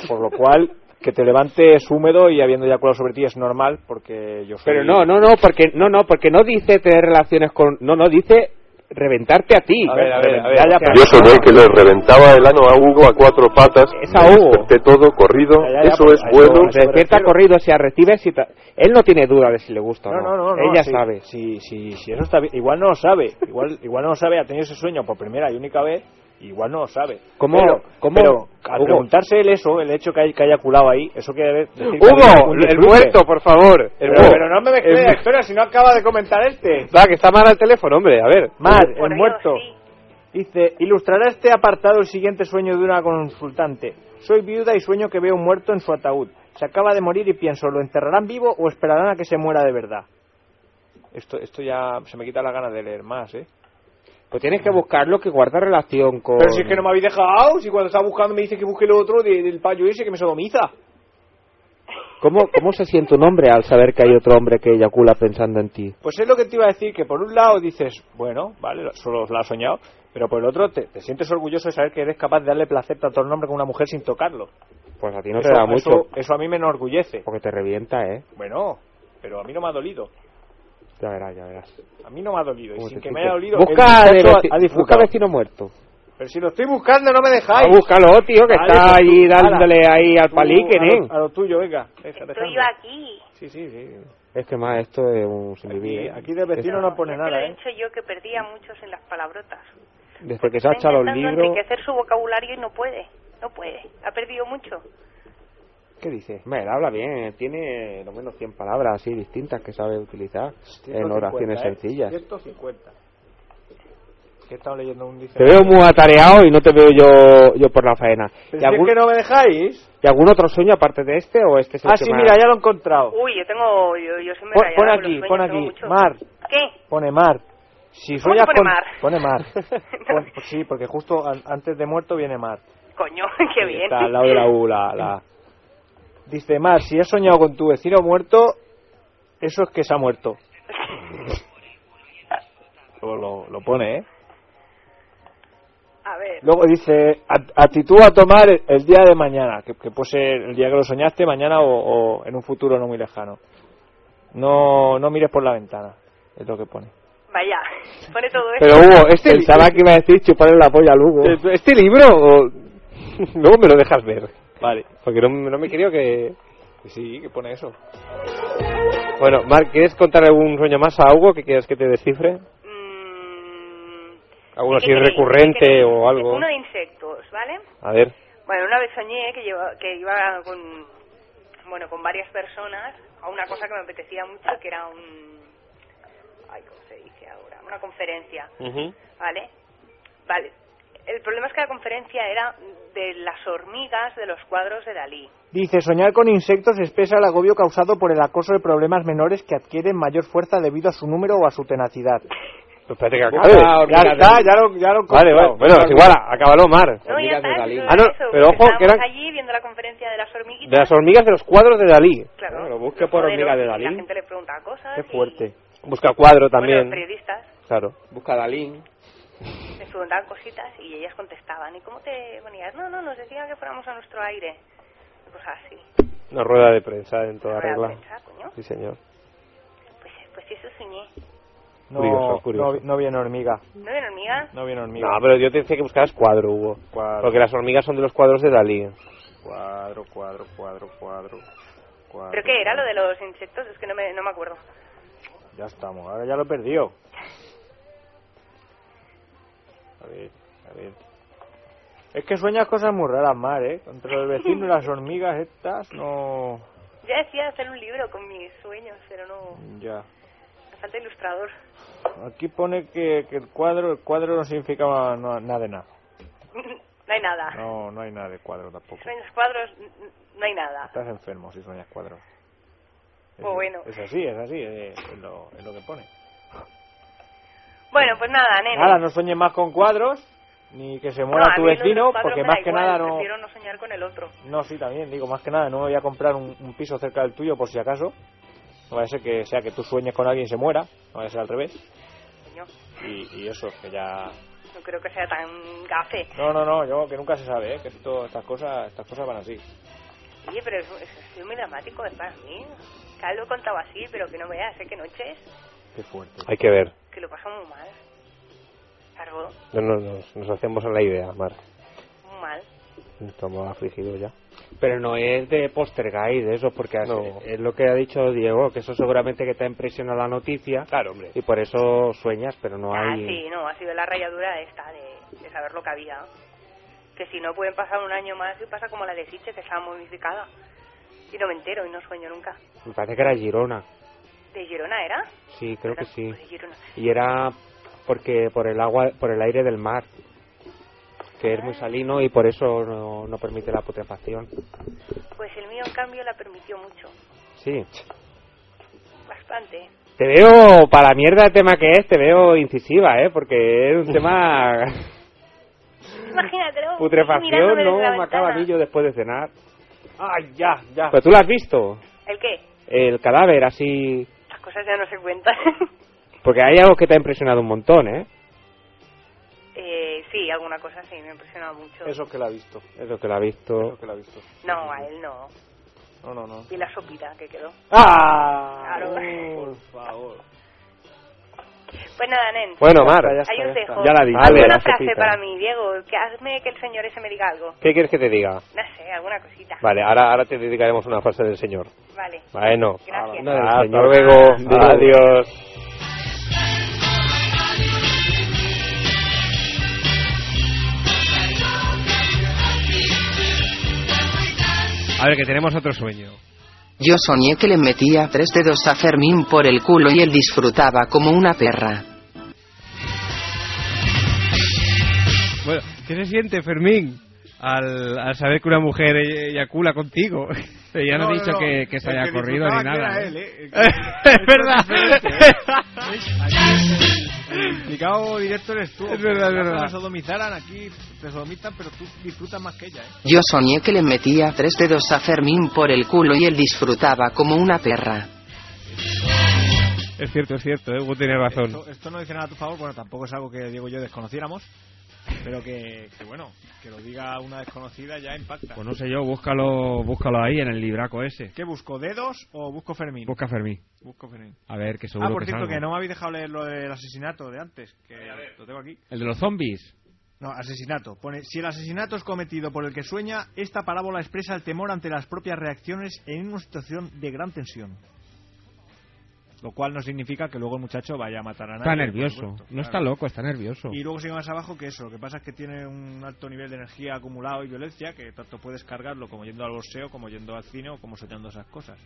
Por lo cual, que te levantes húmedo y habiendo eyaculado sobre ti es normal porque yo soy Pero no, no, no, porque no, no, porque no dice tener relaciones con, no, no dice reventarte a ti. A ver, a ver, a ver. Ya, ya, O sea, Yo pero- soñé que le reventaba el ano a Hugo a cuatro patas, Es a me Hugo. desperté todo corrido, Ya, ya, ya, eso pues, es a eso bueno. me Se despierta refiero. corrido, se arrecibe, si ta- él no tiene duda de si le gusta o No, no. no, no, no, Ella sí, sabe. Sí, sí, sí, eso está bien. Igual no lo sabe. Igual, igual no lo sabe. Ha tenido ese sueño por primera y única vez. Igual no lo sabe. ¿Cómo? Pero, ¿Cómo? pero al Hugo. preguntarse él eso, el hecho que, hay, que haya culado ahí, eso quiere decir. que ha habido Hugo, un el disfrute. muerto, por favor. El Pero, Hugo. pero no me mezcles, El- espera, si no acaba de comentar este. Va, que está mal el teléfono, hombre, a ver. Mar, Por el Dios, muerto. sí. Dice, ilustrará este apartado el siguiente sueño de una consultante. Soy viuda y sueño que veo un muerto en su ataúd. Se acaba de morir y pienso, ¿lo enterrarán vivo o esperarán a que se muera de verdad? Esto, esto ya se me quita la gana de leer más, ¿eh? Pues tienes que buscarlo que guarda relación con... Pero si es que no me habéis dejado, si cuando estaba buscando me dice que busque lo otro de- del payo ese que me sodomiza. ¿Cómo, ¿Cómo se siente un hombre al saber que hay otro hombre que eyacula pensando en ti? Pues es lo que te iba a decir, que por un lado dices, bueno, vale, lo- solo la has soñado, pero por el otro te, te sientes orgulloso de saber que eres capaz de darle placer tanto al hombre como a una mujer sin tocarlo. Pues a ti no eso, te da eso- mucho. eso a mí me enorgullece. Porque te revienta, ¿eh? Bueno, pero a mí no me ha dolido. Ya verás, ya verás. A mí no me ha dolido. Y Como sin te que explico. me haya dolido. el Busca, de muchacho ha- veci- ha busca disfrutado. vecino muerto. Pero si lo estoy buscando, no me dejáis. Ah, búscalo, tío, que Vale, está pues tú, ahí dándole ala, ahí al tú, paliquen, a ¿eh? lo- A lo tuyo, venga. Deja, Estoy dejadme. yo aquí. Sí, sí, sí. Es que más esto es un sinvivir. Aquí, ¿eh? aquí de vecino Desde- no pone Te lo nada, he ¿eh? dicho yo que perdía muchos en las palabrotas. Desde que se Está ha echado los intentando libros. enriquecer su vocabulario y no puede. No puede. Ha perdido mucho. ¿Qué dice? Hombre, él habla bien, tiene lo menos 100 palabras así distintas que sabe utilizar en 150, oraciones ¿eh? sencillas. 150. Que he estado leyendo un Te veo muy atareado y no te veo yo yo por la faena. Pero ¿Y si es algún, que no me dejáis. y algún otro sueño aparte de este o este es el Ah, que sí, más- mira, ya lo he encontrado. Uy, yo tengo. Yo, yo soy Pon, pon medallada con los aquí, sueños, pon tengo aquí. muchos. Mar. ¿Qué? Pone mar. Si ¿Cómo sueñas que pone con- mar? Pone mar. Pon- pues sí, porque justo an- antes de muerto viene mar. Coño, qué bien. Está al lado de la U, la, la- Dice, Mar, si has soñado con tu vecino muerto, eso es que se ha muerto. Luego lo, lo pone, ¿eh? A ver. Luego dice, "At- actitud a tomar el, el día de mañana, que, que puede ser el día que lo soñaste, mañana o, o en un futuro no muy lejano. No, no mires por la ventana, es lo que pone. Vaya. Pone todo eso. Pero Hugo, Este este pensaba que iba a decir chuparle la polla al Hugo. ¿Este libro? Luego me lo dejas ver. Vale. Porque no, no me creo que... Sí, que pone eso. Bueno, Marc, ¿quieres contar algún sueño más a Hugo que quieras que te descifre? Mm, Alguno ¿Qué así queréis? ¿Qué recurrente queréis? o algo. Uno de insectos, ¿vale? A ver. Bueno, una vez soñé que, lleva- que iba con, bueno, con varias personas a una cosa que me apetecía mucho, que era un... Ay, ¿cómo se dice ahora? Una conferencia, ¿vale? Vale. El problema es que la conferencia era de las hormigas de los cuadros de Dalí. Dice, soñar con insectos expresa el agobio causado por el acoso de problemas menores que adquieren mayor fuerza debido a su número o a su tenacidad. Pues espérate que acabe. Ya está, ya lo, ya lo he Ah, Vale, vale. encontrado. Bueno, es igual, acábalo, Mar. No, ya está, eso Ah, no, era eso, pero porque ojo, que estábamos eran allí viendo la conferencia de las hormiguitas. de las hormigas de los cuadros de Dalí. Claro. Bueno, lo busque por Joder, hormigas de y La Dalí. gente le pregunta cosas. Qué y, fuerte. Busca cuadro Bueno, también. los periodistas. claro. Busca Dalí. les preguntaban cositas y ellas contestaban. ¿Y cómo te ponías? No, no, nos decía que fuéramos a nuestro aire. Cosas así. Una rueda de prensa en toda Rueda de regla. prensa, coño. Sí, señor. Pues, pues eso soñé. No, Curioso, curioso. no, no viene hormiga. ¿No bien, hormiga? No viene hormiga. No, pero yo te decía que buscaras cuadro, Hugo. Cuadro. Porque las hormigas son de los cuadros de Dalí. Cuadro, cuadro, cuadro, cuadro. cuadro. ¿Pero qué era lo de los insectos? Es que no me, no me acuerdo. Ya estamos, ahora ya lo he perdido. A ver, a ver. Es que sueñas cosas muy raras, Mar, ¿eh? Contra los vecinos y las hormigas estas, no... Ya decía hacer un libro con mis sueños, pero no... Ya. Me falta ilustrador. Aquí pone que, que el cuadro el cuadro no significaba no- nada de nada. no hay nada. No, no hay nada de cuadro tampoco. Sueños, cuadros, n- n- no hay nada. Estás enfermo si sueñas cuadros. Es- Pues bueno. Es así, es así, es, es lo, es lo que pone. Bueno, pues nada, nene. Nada, no sueñes más con cuadros, ni que se muera No, a tu mí lo de los vecino, cuadros porque me más da que igual, nada no... Prefiero no soñar con el otro. No, sí, también, digo, más que nada, no me voy a comprar un, un piso cerca del tuyo por si acaso. No vaya a ser que sea que tú sueñes con alguien y se muera, no vaya a ser al revés. Coño, Y, y eso, que ya... no creo que sea tan gafe. No, no, no, yo que nunca se sabe, ¿eh? que esto- estas cosas estas cosas van así. Oye, pero es, es- es muy dramático, es para mí. Ya lo he contado así, pero que no veas, ¿eh? Que noches, Qué fuerte. Hay que ver. que lo paso muy mal. Cargo, No, no, nos, nos hacemos a la idea, Mar. muy mal. Estamos afligidos ya. Pero no es de postergáis de eso, porque es- es lo que ha dicho Diego, que eso seguramente que te ha impresionado la noticia. Claro, hombre. Y por eso sueñas, pero no Ah, eh. hay... sí, no, ha sido la rayadura esta de, de saber lo que había. Que si no pueden pasar un año más, y pasa como la de Siche, que estaba modificada. Y no me entero y no sueño nunca. Me parece que era Girona. ¿De Girona era? Sí, creo que Era- sí. De Girona. Y era porque por el agua, por el aire del mar, que Ah. es muy salino y por eso no, no permite la putrefacción. Pues el mío, en cambio, la permitió mucho. Sí. Bastante. Te veo, para la mierda el tema que es, te veo incisiva, ¿eh? Porque es un tema Imagínatelo. putrefacción, mirándome desde la Mm. ¿no? ventana. Macabanillo después de cenar. ¡Ay, ya, ya! Pero Pues tú lo has visto, ¿El qué? el cadáver así... Las cosas ya no se cuentan. Porque hay algo que te ha impresionado un montón, ¿eh? Eh, sí, alguna cosa sí, me ha impresionado mucho. Eso que la ha visto. Es lo que la ha visto. Eso que la ha visto. No, a él no. No, no, no. Y la sopita que quedó. ¡Ah! Claro. Por favor. Pues nada, Nen. Bueno, Mar. Ya está, Ahí os ya está. dejo. Ya la digo. Hazme Vale, una la frase sopita. para mí, Diego. Que hazme que el señor ese me diga algo. ¿Qué quieres que te diga? No sé, alguna cosita. Vale, ahora, ahora te dedicaremos una frase del señor. Vale. Bueno. Gracias. Nada, Hasta señor. luego. Adiós. A ver, que tenemos otro sueño. Yo soñé que le metía tres dedos a Fermín por el culo y él disfrutaba como una perra. Bueno, ¿qué se siente, Fermín, al, al saber que una mujer e- eyacula contigo? Ya no, he dicho Que, que se El haya que corrido ni disfrutaba que nada. era ¿eh? él, ¿eh? Es verdad. Indicado directo eres tú. ¿eh?". Es verdad, es Ya verdad. te sodomizaran aquí, te sodomitan, pero tú disfrutas más que ella, ¿eh? Yo soñé que le metía tres dedos a Fermín por el culo y él disfrutaba como una perra. Es cierto, es cierto, ¿eh? Hugo tiene razón. Esto, esto no dice nada a tu favor, bueno, tampoco es algo que Diego y yo desconociéramos, pero que, que bueno, que lo diga una desconocida ya impacta. Pues no sé yo, búscalo, búscalo ahí en el libraco ese. ¿Qué busco, dedos o busco Fermín? Busca a Fermín. Busco Fermín. A ver, que seguro Ah, por que cierto, salga. que no me habéis dejado leer lo del asesinato de antes, que lo tengo aquí. El de los zombies. No, asesinato. Pone, si el asesinato es cometido por el que sueña, esta parábola expresa el temor ante las propias reacciones en una situación de gran tensión. Lo cual no significa que luego el muchacho vaya a matar a nadie. Está por nervioso. supuesto, No claro. está loco, está nervioso. Y luego sigue más abajo que eso. Lo que pasa es que tiene un alto nivel de energía acumulado y violencia que tanto puedes cargarlo como yendo al boxeo, como yendo al cine o como soñando esas cosas.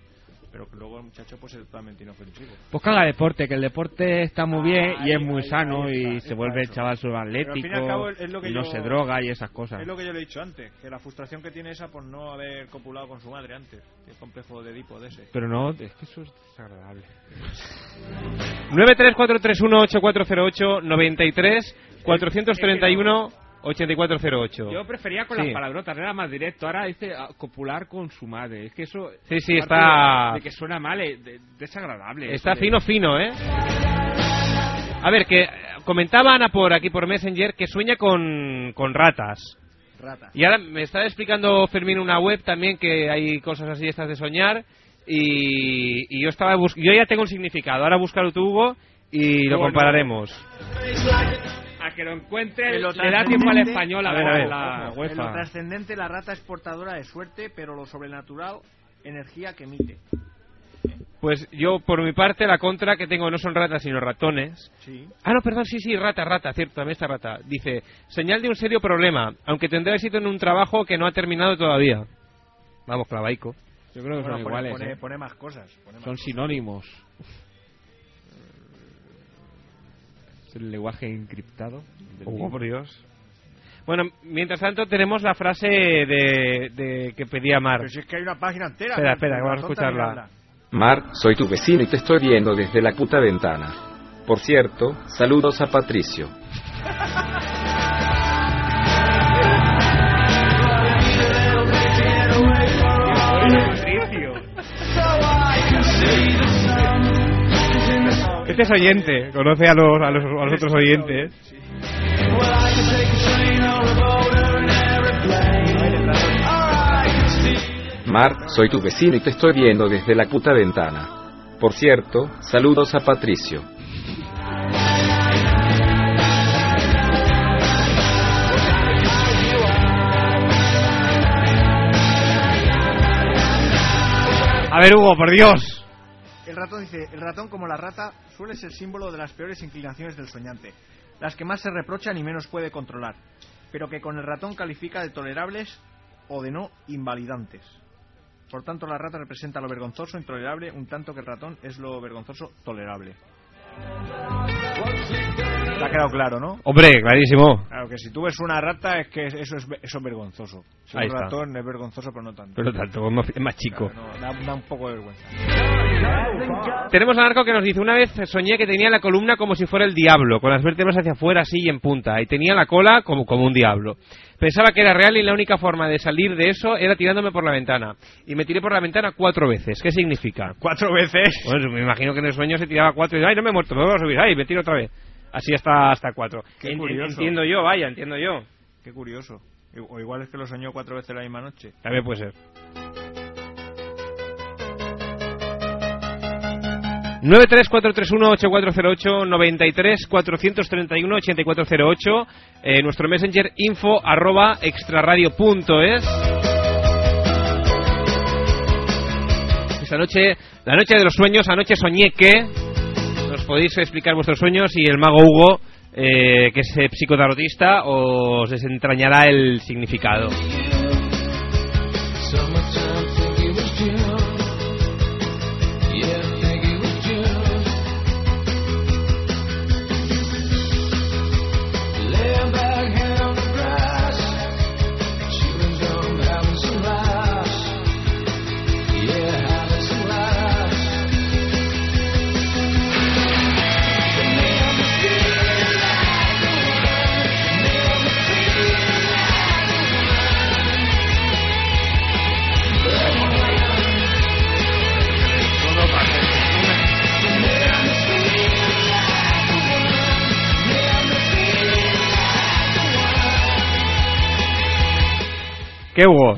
Pero que luego el muchacho pues es totalmente inofensivo. Pues que haga deporte, que el deporte está muy bien y es Ahí, muy ahí, sano ahí está, y está se vuelve el eso. chaval Pero al fin y al subatlético cabo es lo que y no yo- se droga y esas cosas. Es lo que yo le he dicho antes, que la frustración que tiene esa por no haber copulado con su madre antes. El complejo de Edipo de ese. Pero no, es que eso es desagradable. 934318408 93 431 8408. Yo prefería con Sí. las palabrotas, era más directo. Ahora dice ah, copular con su madre. Es que eso. Sí, sí, aparte está- De, de que suena mal, es de- desagradable. Está Eso de- fino, fino, ¿eh? A ver, que eh, comentaba Ana por aquí por Messenger que sueña con, con ratas. Rata. Y ahora me está explicando Fermín una web también que hay cosas así estas de soñar y, y yo estaba bus- yo ya tengo un significado. Ahora búscalo tú Hugo y lo Bueno. compararemos. A que lo encuentre, En lo le da tiempo al trascendente- español a A ver, ver, a ver. la Ojo, En lo UEFA. trascendente, la rata es portadora de suerte, pero lo sobrenatural, energía que emite. Pues yo por mi parte la contra que tengo no son ratas sino ratones. Sí. Ah, no, perdón, sí, sí, rata, rata, cierto, también está rata. Dice, señal de un serio problema, aunque tendrá éxito en un trabajo que no ha terminado todavía. Vamos, clavaico. Yo creo que Bueno, son pone, iguales. pone- ¿eh? pone más cosas. pone más Son cosas. sinónimos. Es el lenguaje encriptado. del Oh, libro. por Dios. Bueno, mientras tanto tenemos la frase de, de- que pedía Mar. Pero si es que hay una página entera. Espera, que- espera, que vamos a tonta escucharla. mirarla. Mar, soy tu vecino y te estoy viendo desde la puta ventana. Por cierto, saludos a Patricio. Este es oyente, conoce a los, a los, a los otros oyentes. Mar, soy tu vecino y te estoy viendo desde la puta ventana. Por cierto, saludos a Patricio. A ver, Hugo, por Dios. El ratón dice, el ratón como la rata suele ser símbolo de las peores inclinaciones del soñante, las que más se reprochan y menos puede controlar, pero que con el ratón califica de tolerables o de no invalidantes. Por tanto, la rata representa lo vergonzoso, intolerable, un tanto que el ratón es lo vergonzoso, tolerable. Te ha quedado claro, ¿no? Hombre, clarísimo. Claro, que si tú ves una rata es que eso es, eso es vergonzoso. Si Ahí un está. ratón es vergonzoso, pero no tanto. Pero tanto, es más chico. Claro, no, da, da un poco de vergüenza. Tenemos a Narco que nos dice, una vez soñé que tenía la columna como si fuera el diablo, con las vértebras hacia afuera así y en punta, y tenía la cola como, como un diablo. Pensaba que era real y la única forma de salir de eso era tirándome por la ventana. Y me tiré por la ventana cuatro veces. ¿Qué significa? Pues, Cuatro veces. Bueno, me imagino que en el sueño se tiraba cuatro y ay, no me he muerto, me voy a subir, ay, me tiro otra vez. así hasta hasta cuatro. Qué En- en- curioso. entiendo yo, vaya, entiendo yo. Qué curioso. O igual es que lo soñó cuatro veces la misma noche. También puede ser. 93431-8408-93-431-8408 eh, Nuestro messenger info arroba extraradio.es Esta noche, la noche de los sueños, anoche soñé que Nos podéis explicar vuestros sueños y el mago Hugo, eh, que es eh, psicotarotista, os desentrañará el significado ¿Qué Hugo?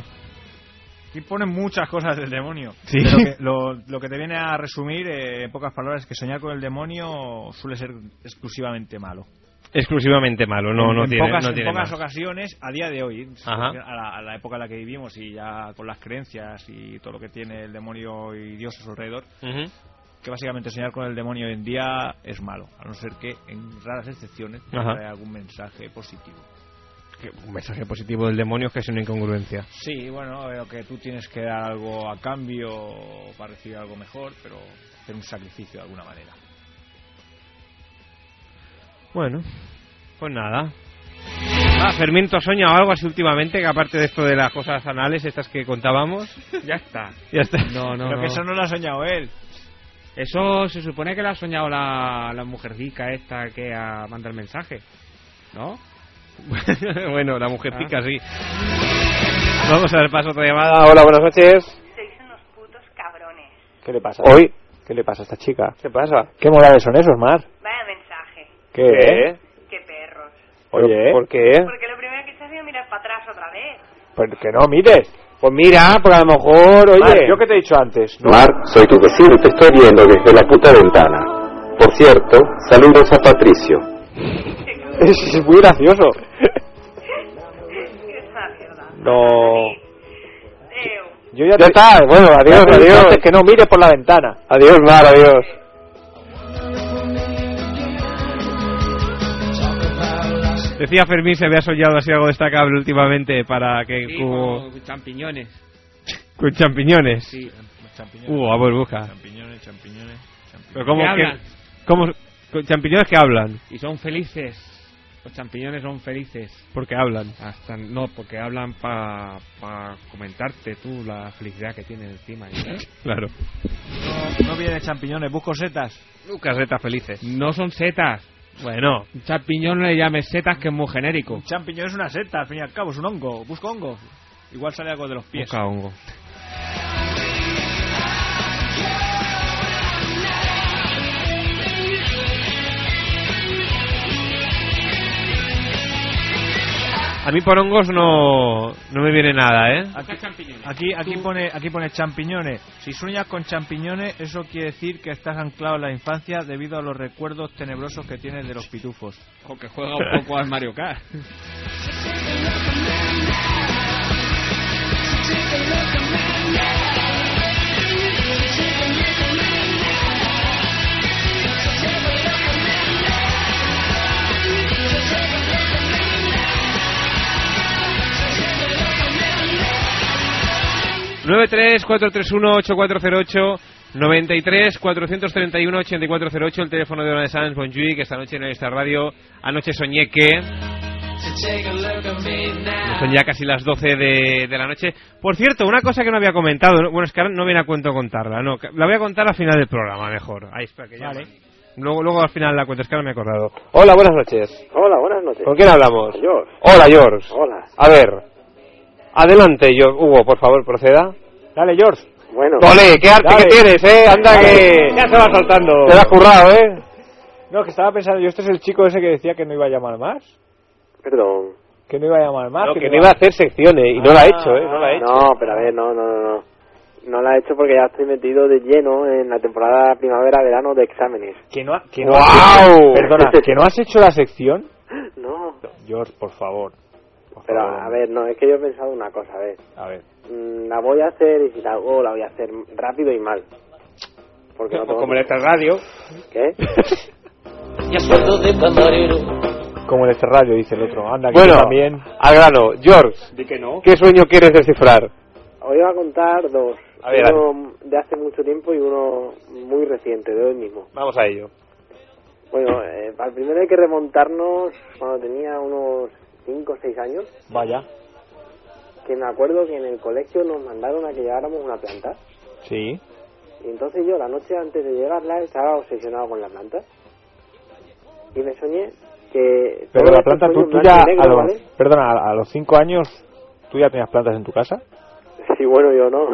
Aquí ponen muchas cosas del demonio. Sí. Pero que Lo, lo que te viene a resumir eh, en pocas palabras es que soñar con el demonio suele ser exclusivamente malo. Exclusivamente malo, no, En- no en tiene, pocas, no en tiene pocas más. ocasiones, a día de hoy, Ajá. a la, a la época en la que vivimos y ya con las creencias y todo lo que tiene el demonio y Dios a su alrededor, Ujú. que básicamente soñar con el demonio hoy en día es malo, a no ser que en raras excepciones Ajá. trae algún mensaje positivo. Que Un mensaje positivo del demonio es que es una incongruencia. Sí, bueno, veo que tú tienes que dar algo a cambio para recibir algo mejor, pero hacer un sacrificio de alguna manera. Bueno, pues nada. Ah, Fermín, ¿tú has soñado algo así últimamente? Que aparte de esto de las cosas anales, estas que contábamos. Ya está. Ya está. No, no, Pero no. que eso no lo ha soñado él. Eso se supone que lo ha soñado la, la mujercica esta que ah, manda el mensaje. ¿No? Ah. bueno, la mujercica sí. Vamos a dar paso a otra llamada. hola, buenas noches. Sois unos putos cabrones. ¿Qué le pasa? Hoy. ¿Qué le pasa a esta chica? ¿Qué pasa? ¿Qué morales son esos, Mar? Vaya mensaje. ¿Qué? ¿Qué? Qué perros. Oye, ¿por qué? Porque lo primero que se hace es mirar para atrás otra vez. Porque no mires. Pues mira, porque a lo mejor, oye. yo que te he dicho antes. ¿no? Mar, soy tu vecino, te estoy viendo desde la puta ventana. Por cierto, saludos a Patricio. Es, es muy gracioso. es una mierda. No. Teo. Yo ya, está, bueno, adiós, adiós. que no mires por la ventana. Adiós, Mar, adiós. Decía Fermín, se había soñado así algo destacable últimamente para que Sí, hubo- con champiñones. con champiñones. Sí. Hugo, a ver, busca. Champiñones, champiñones, champiñones. Pero ¿cómo ¿Qué que- hablan? cómo- con champiñones que hablan? Y son felices. Los champiñones son felices. Porque hablan. Hasta, no, porque hablan para comentarte tú la felicidad que tienen encima. Claro. No viene champiñones, busco setas. Casetas felices. No son setas. Bueno. Un champiñón no le llames setas, que es muy genérico. Champiñón es una seta, al fin y al cabo, es un hongo. Busco hongo. Igual sale algo de los pies. Busca hongo. A mí por hongos no, no me viene nada, ¿eh? Aquí, aquí pone, aquí pone champiñones. Si sueñas con champiñones, eso quiere decir que estás anclado en la infancia debido a los recuerdos tenebrosos que tienes de los pitufos. O que juega un poco al Mario Kart. ocho 93 431 8408 el teléfono de Dona de Sanz Bonjuy que esta noche en esta radio anoche soñé que son ya casi las 12 de, de la noche por cierto una cosa que no había comentado ¿no? bueno es que ahora no viene a cuento contarla no la voy a contar al final del programa mejor ahí espera que llaman. luego luego al final la cuento es que ahora me he acordado Hola, buenas noches. Hola, buenas noches. ¿Con quién hablamos? George. Hola, George. Hola. A ver. Adelante, yo, Hugo, por favor, proceda. Dale, George. Bueno. Ole, qué arte que tienes, eh. Anda que. Ya se va saltando. Te lo has currado, eh. No, que estaba pensando, yo este es el chico ese que decía que no iba a llamar más. Perdón. Que no iba a llamar más. No, que no iba a hacer secciones, y no la ha hecho, ¿eh? No la he hecho. Ah. No, pero a ver, no, no, no. No, no la he hecho porque ya estoy metido de lleno en la temporada primavera-verano de exámenes. Que no, ha- que no has- Perdona, ¿que no has hecho la sección? No. George, por favor. Por Pero favor, a ver, no, es que yo he pensado una cosa, a ver. A ver. Mm, La voy a hacer y si la hago, la voy a hacer rápido y mal. Porque no tengo... Pues Como en esta radio. ¿Qué? Ya sueldo de camarero. Como el radio dice el otro. Anda, que Bueno, yo también. al grano. George, Di que no. ¿qué sueño quieres descifrar? Os iba a contar dos. A ver, uno de hace mucho tiempo y uno muy reciente, de hoy mismo. Vamos a ello. Bueno, eh, al primero hay que remontarnos cuando tenía unos 5 o 6 años, Vaya. que me acuerdo que en el colegio nos mandaron a que lleváramos una planta. Sí. Y entonces yo la noche antes de llevarla estaba obsesionado con la planta. Y me soñé que... Pero todo la esto planta, fue tú, un tú blanco ya. y negro, a los- ¿vale? Perdona, a, a los cinco años, ¿tú ya tenías plantas en tu casa? Sí, bueno, yo no.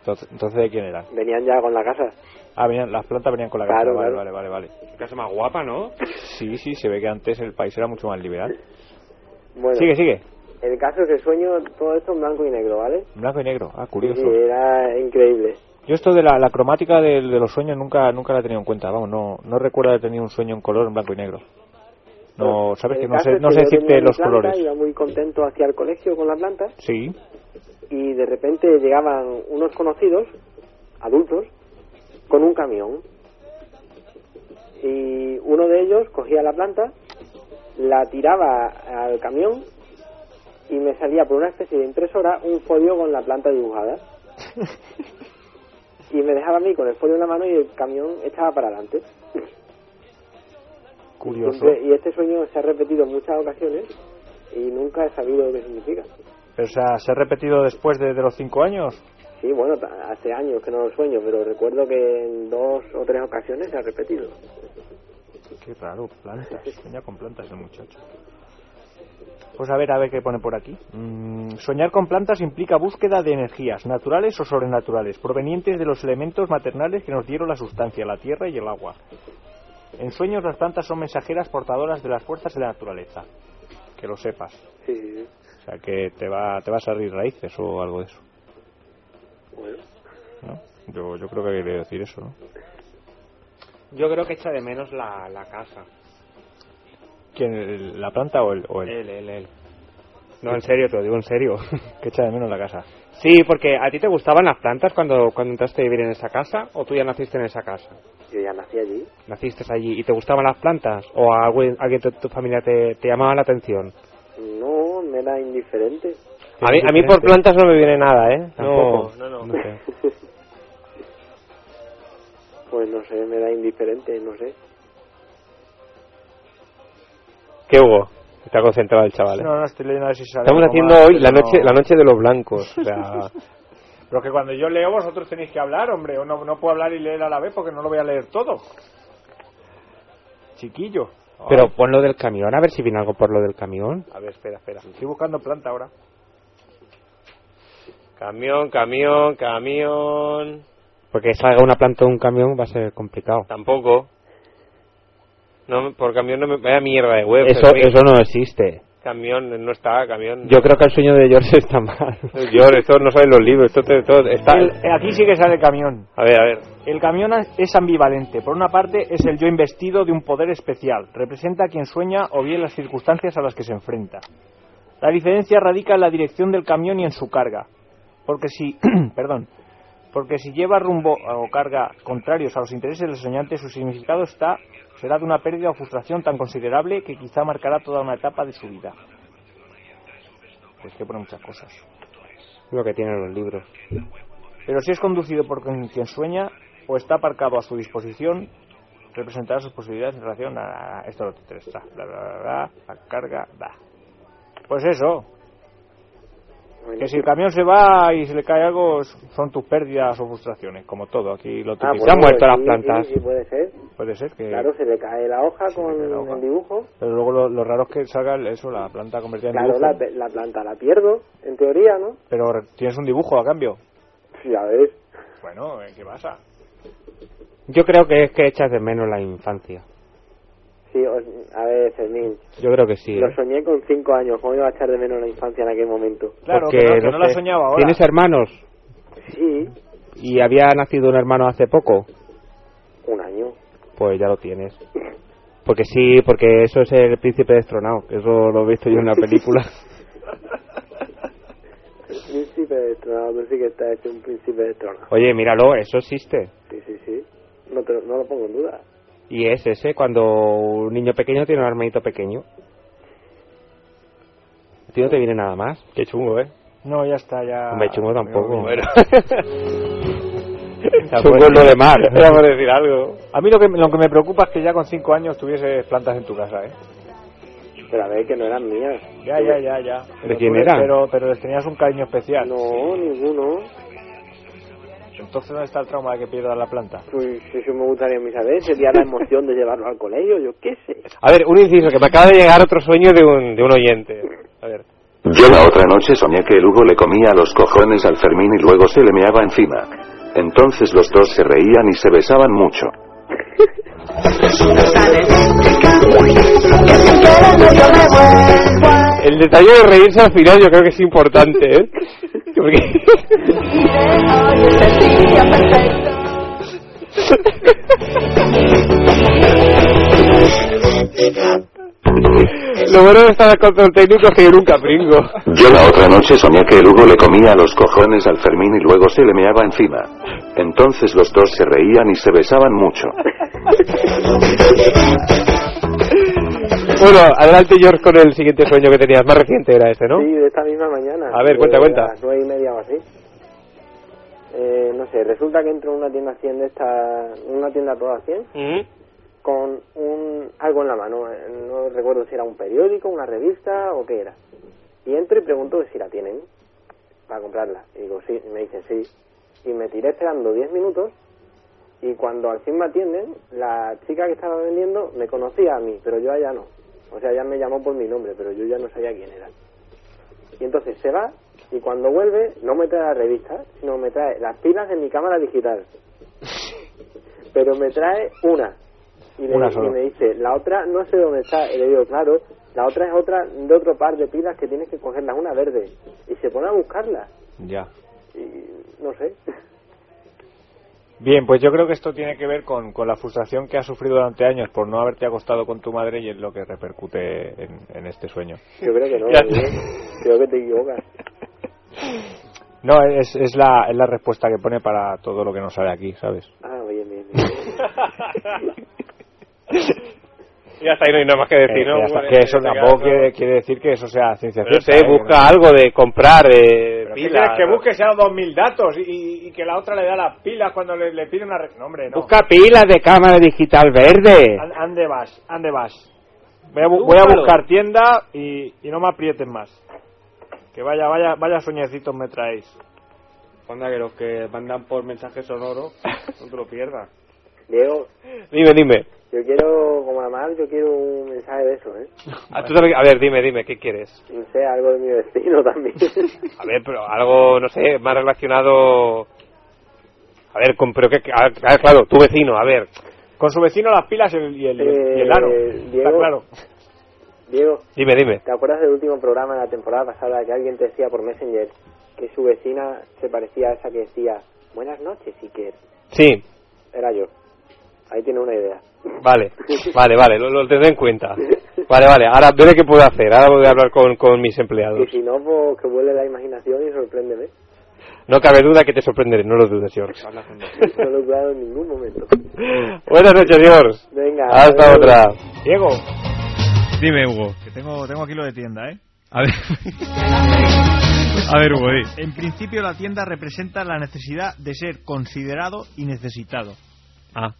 Entonces, entonces ¿de quién eran? Venían ya con la casa. Ah, venían, las plantas venían con la Claro, casa. Vale, claro. vale, vale, vale. Casa más guapa, ¿no? Sí, sí, se ve que antes el país era mucho más liberal. Bueno, Sigue, sigue. El caso es que sueño todo esto en blanco y negro, ¿vale? Blanco y negro. Ah, Sí, curioso. sí, era increíble. Yo esto de la, la cromática del- de, los sueños nunca nunca la he tenido en cuenta. Vamos, no no recuerdo haber tenido un sueño en color en blanco y negro. No, sabes Pues, El que no caso sé es no que sé yo tenía decirte mi los planta, colores. Iba muy contento hacia el colegio con la planta Sí. y de repente llegaban unos conocidos, adultos, con un camión. Y uno de ellos cogía la planta, la tiraba al camión y me salía por una especie de impresora un folio con la planta dibujada. Y me dejaba a mí con el folio en la mano y el camión echaba para adelante. Curioso. Siempre- y este sueño se ha repetido en muchas ocasiones y nunca he sabido lo que significa. Pero, o sea, ¿se ha repetido después de, de los cinco años? Sí, bueno, ta- hace años que no lo sueño, pero recuerdo que en dos o tres ocasiones se ha repetido. Qué raro, plantas. Sueña con plantas el muchacho. Pues a ver, a ver qué pone por aquí. Mm, soñar con plantas implica búsqueda de energías, naturales o sobrenaturales, provenientes de los elementos maternales que nos dieron la sustancia, la tierra y el agua. En sueños las plantas son mensajeras portadoras de las fuerzas de la naturaleza. Que lo sepas. Sí, sí, sí. O sea, que te, va, te vas a salir raíces o algo de eso. Bueno. ¿no? Yo, yo creo que quería decir eso, ¿no? Yo creo que echa de menos la, la casa. ¿Quién, el- ¿La planta o el...? O el... Él, él, él. No, en serio, te lo digo en serio. que echa de menos la casa. Sí, porque ¿a ti te gustaban las plantas cuando, cuando entraste a vivir en esa casa? ¿O tú ya naciste en esa casa? Yo ya nací allí. ¿Naciste allí y te gustaban las plantas? ¿O a alguien, alguien de tu familia te, te llamaba la atención? No, me era indiferente. A mí, a mí por plantas no me viene nada, ¿eh? Tampoco. No, no, sé. Pues no sé, me da indiferente, no sé. ¿Qué hubo? Está concentrado el chaval. ¿eh? No, no, estoy leyendo a ver si sale Estamos algo haciendo más, hoy la pero noche, no- la noche de los blancos. o sea, Pero que cuando yo leo vosotros tenéis que hablar, hombre. O no, no puedo hablar y leer a la vez porque no lo voy a leer todo. Chiquillo. Pero pon lo del camión, a ver si viene algo por lo del camión. A ver, espera, espera. Estoy buscando planta ahora. camión, camión, camión. Porque salga una planta de un camión va a ser complicado. Tampoco. No, por camión no me. Vaya mierda de web. Eso, Fermín. eso no existe. Camión no está, camión. Yo creo que el sueño de George está mal. George, esto no sabe los libros. Esto, te- todo está. eh, aquí sí que sale camión. A ver, a ver. El camión es ambivalente. Por una parte, es el yo investido de un poder especial. Representa a quien sueña o bien las circunstancias a las que se enfrenta. La diferencia radica en la dirección del camión y en su carga. Porque si, perdón, porque si lleva rumbo o carga contrarios a los intereses del soñante, su significado está será de una pérdida o frustración tan considerable que quizá marcará toda una etapa de su vida. Pues que pone muchas cosas. Lo que tienen los libros. Pero si es conducido por quien quien sueña o está aparcado a su disposición, representará sus posibilidades en relación a a- esto lo te interesa. Bla, bla, bla, bla, la carga, da. Pues eso. Que si el camión se va y se le cae algo, s- son tus pérdidas o frustraciones, como todo. Aquí lo típico. Ah, bueno, pues sí, Sí, sí, puede ser. Puede ser que. Claro, se le cae la hoja con cae la hoja. el dibujo. Pero luego lo, lo raro es que salga el- eso, la planta convertida en Claro, dibujo. la, la planta la pierdo, en teoría, ¿no? Pero re- tienes un dibujo a cambio. Sí, a ver. Bueno, ¿eh? ¿qué pasa? Yo creo que es que echas de menos la infancia. Sí, os- a ver, Fermín. Yo creo que sí. Lo ¿eh? soñé con cinco años. ¿Cómo iba a echar de menos la infancia en aquel momento? Porque, sé, ¿Tienes hermanos? Sí, ¿Y había nacido un hermano hace poco? un año. Pues ya lo tienes. Porque sí, porque eso es el príncipe destronado. que Eso lo he visto yo en una película. Príncipe de trono, tú sí que estás hecho un príncipe de trono. Oye, míralo, eso existe. Sí, sí, sí. No, te, lo- no lo pongo en duda. Y es ese, cuando un niño pequeño tiene un hermanito pequeño. A ti no te viene nada más. Qué chungo, ¿eh? No, ya está, ya. Hombre, chungo tampoco. Bueno. Chungo es lo de mar. Era por decir algo. A mí lo que, lo que me preocupa es que ya con 5 años tuvieses plantas en tu casa, ¿eh? Pero a ver, que no eran mías. Ya, ya, ya, ya. ¿De Pero quién tú- eran? Pero, pero les tenías un cariño especial. No, ninguno. Entonces, ¿dónde está el trauma de que pierdas la planta? Pues eso me gustaría a mí saber. Sería la emoción de llevarlo al colegio, yo qué sé. A ver, un inciso, que me acaba de llegar otro sueño de un, de un oyente. A ver. Yo la otra noche soñé que el Hugo le comía los cojones al Fermín y luego se le meaba encima. Entonces los dos se reían y se besaban mucho. El detalle de reírse al final yo creo que es importante, ¿eh? Porque... Eh, Lo bueno de estar al control técnico es que yo nunca pringo. Yo la otra noche soñé que el Hugo le comía los cojones al Fermín y luego se le meaba encima. Entonces los dos se reían y se besaban mucho. Bueno, adelante George con el siguiente sueño que tenías, más reciente era este, ¿no? Sí, de esta misma mañana. A ver, cuenta, Eh, cuenta. A las nueve y media o así. Eh, no sé, resulta que entro en una tienda 100 de esta... Una tienda toda 100 con un algo en la mano. eh, No recuerdo si era un periódico, una revista o qué era. Y entro y pregunto que si la tienen para comprarla. Y digo, sí. Y me dicen, sí. Y me tiré esperando 10 minutos y cuando al fin me atienden, la chica que estaba vendiendo me conocía a mí, pero yo a ella no. O sea, ella me llamó por mi nombre, pero yo ya no sabía quién era. Y entonces se va y cuando vuelve no me trae la revista, sino me trae las pilas de mi cámara digital. Pero me trae una. Y le- Una y solo. me dice, la otra no sé dónde está. Y le digo, claro, la otra es otra de otro par de pilas que tienes que cogerlas, una verde. Y se pone a buscarla. Ya. Y no sé. Bien, pues yo creo que esto tiene que ver con, con la frustración que has sufrido durante años por no haberte acostado con tu madre y es lo que repercute en, en este sueño. Yo creo que no. ¿eh? Ya. Creo, creo que te equivocas. No, es, es, la, es la respuesta que pone para todo lo que nos sale aquí, ¿sabes? Ah, bien, bien. bien. Ya está, ahí no hay nada más Eh, que decir, ¿no? Que, ya está, Bueno, que eso está tampoco claro. quiere, quiere decir que eso sea ciencia Pero cierta. sé, ¿eh? busca algo de comprar, eh, de Pero ¿qué pila. quieres que busque sea dos mil datos y, y que la otra le da las pilas cuando le, le pide una... re- No, hombre, no. Busca pilas de cámara digital verde. An- Ande vas, ande vas. Voy a, bu- voy a Búscalo. buscar tienda y, y no me aprieten más. Que vaya, vaya, vaya sueñecitos me traéis. Anda, que los que mandan por mensaje sonoro, no te lo pierdas. Diego, Dime, dime. yo quiero, como Amar, yo quiero un mensaje de eso, ¿eh? Ah, tú también- a ver, dime, dime, ¿qué quieres? No sé, algo de mi vecino también. A ver, pero algo, no sé, más relacionado... A ver, con, pero que... a- a- claro, tu vecino, a ver. Con su vecino las pilas y el, y el, y el aro. Eh, Está Diego, claro. Diego, Dime, dime. ¿te acuerdas del último programa de la temporada pasada que alguien te decía por Messenger que su vecina se parecía a esa que decía buenas noches, Iker? Sí, Era yo. Ahí tiene una idea. vale, vale, vale, lo, lo tendré en cuenta. Vale, vale, ahora veré qué puedo hacer. Ahora voy a hablar con, con mis Y empleados. si no, pues que vuele la imaginación y sorpréndeme. No cabe duda que te sorprenderé, no lo dudes, George. No lo he dudado en ningún momento. Buenas noches, George. Venga. eh, Hasta adiós. otra. Diego. Dime, Hugo. Que tengo, tengo aquí lo de tienda, ¿eh? A ver, a ver Hugo, di. En principio la tienda representa la necesidad de ser considerado y necesitado. Ah.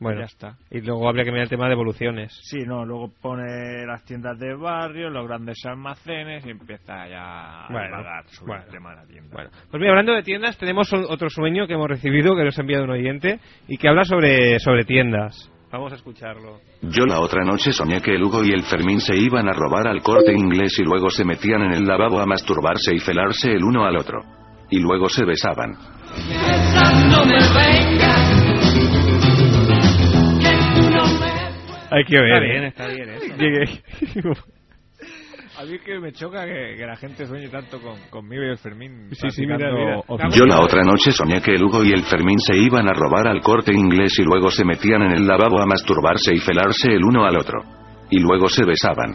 Bueno, Ya está. Y luego habría que mirar el tema de evoluciones. Sí, no, luego pone las tiendas de barrio, los grandes almacenes y empieza ya Bueno, a vagar sobre bueno. el tema de la tienda. Pues mira, hablando de tiendas, tenemos o- otro sueño que hemos recibido, que nos ha enviado un oyente, y que habla sobre, sobre tiendas. Vamos a escucharlo. Yo la otra noche soñé que el Hugo y el Fermín se iban a robar al corte inglés y luego se metían en el lavabo a masturbarse y felarse el uno al otro. Y luego se besaban. No me vengas, Hay que ver. Está ¿eh? bien, está bien eso. Llegué- A mí es que me choca que, que la gente sueñe tanto con, conmigo y el Fermín. Sí, sí, mira, practicando ocio. Yo la otra noche soñé que el Hugo y el Fermín se iban a robar al corte inglés y luego se metían en el lavabo a masturbarse y felarse el uno al otro. Y luego se besaban.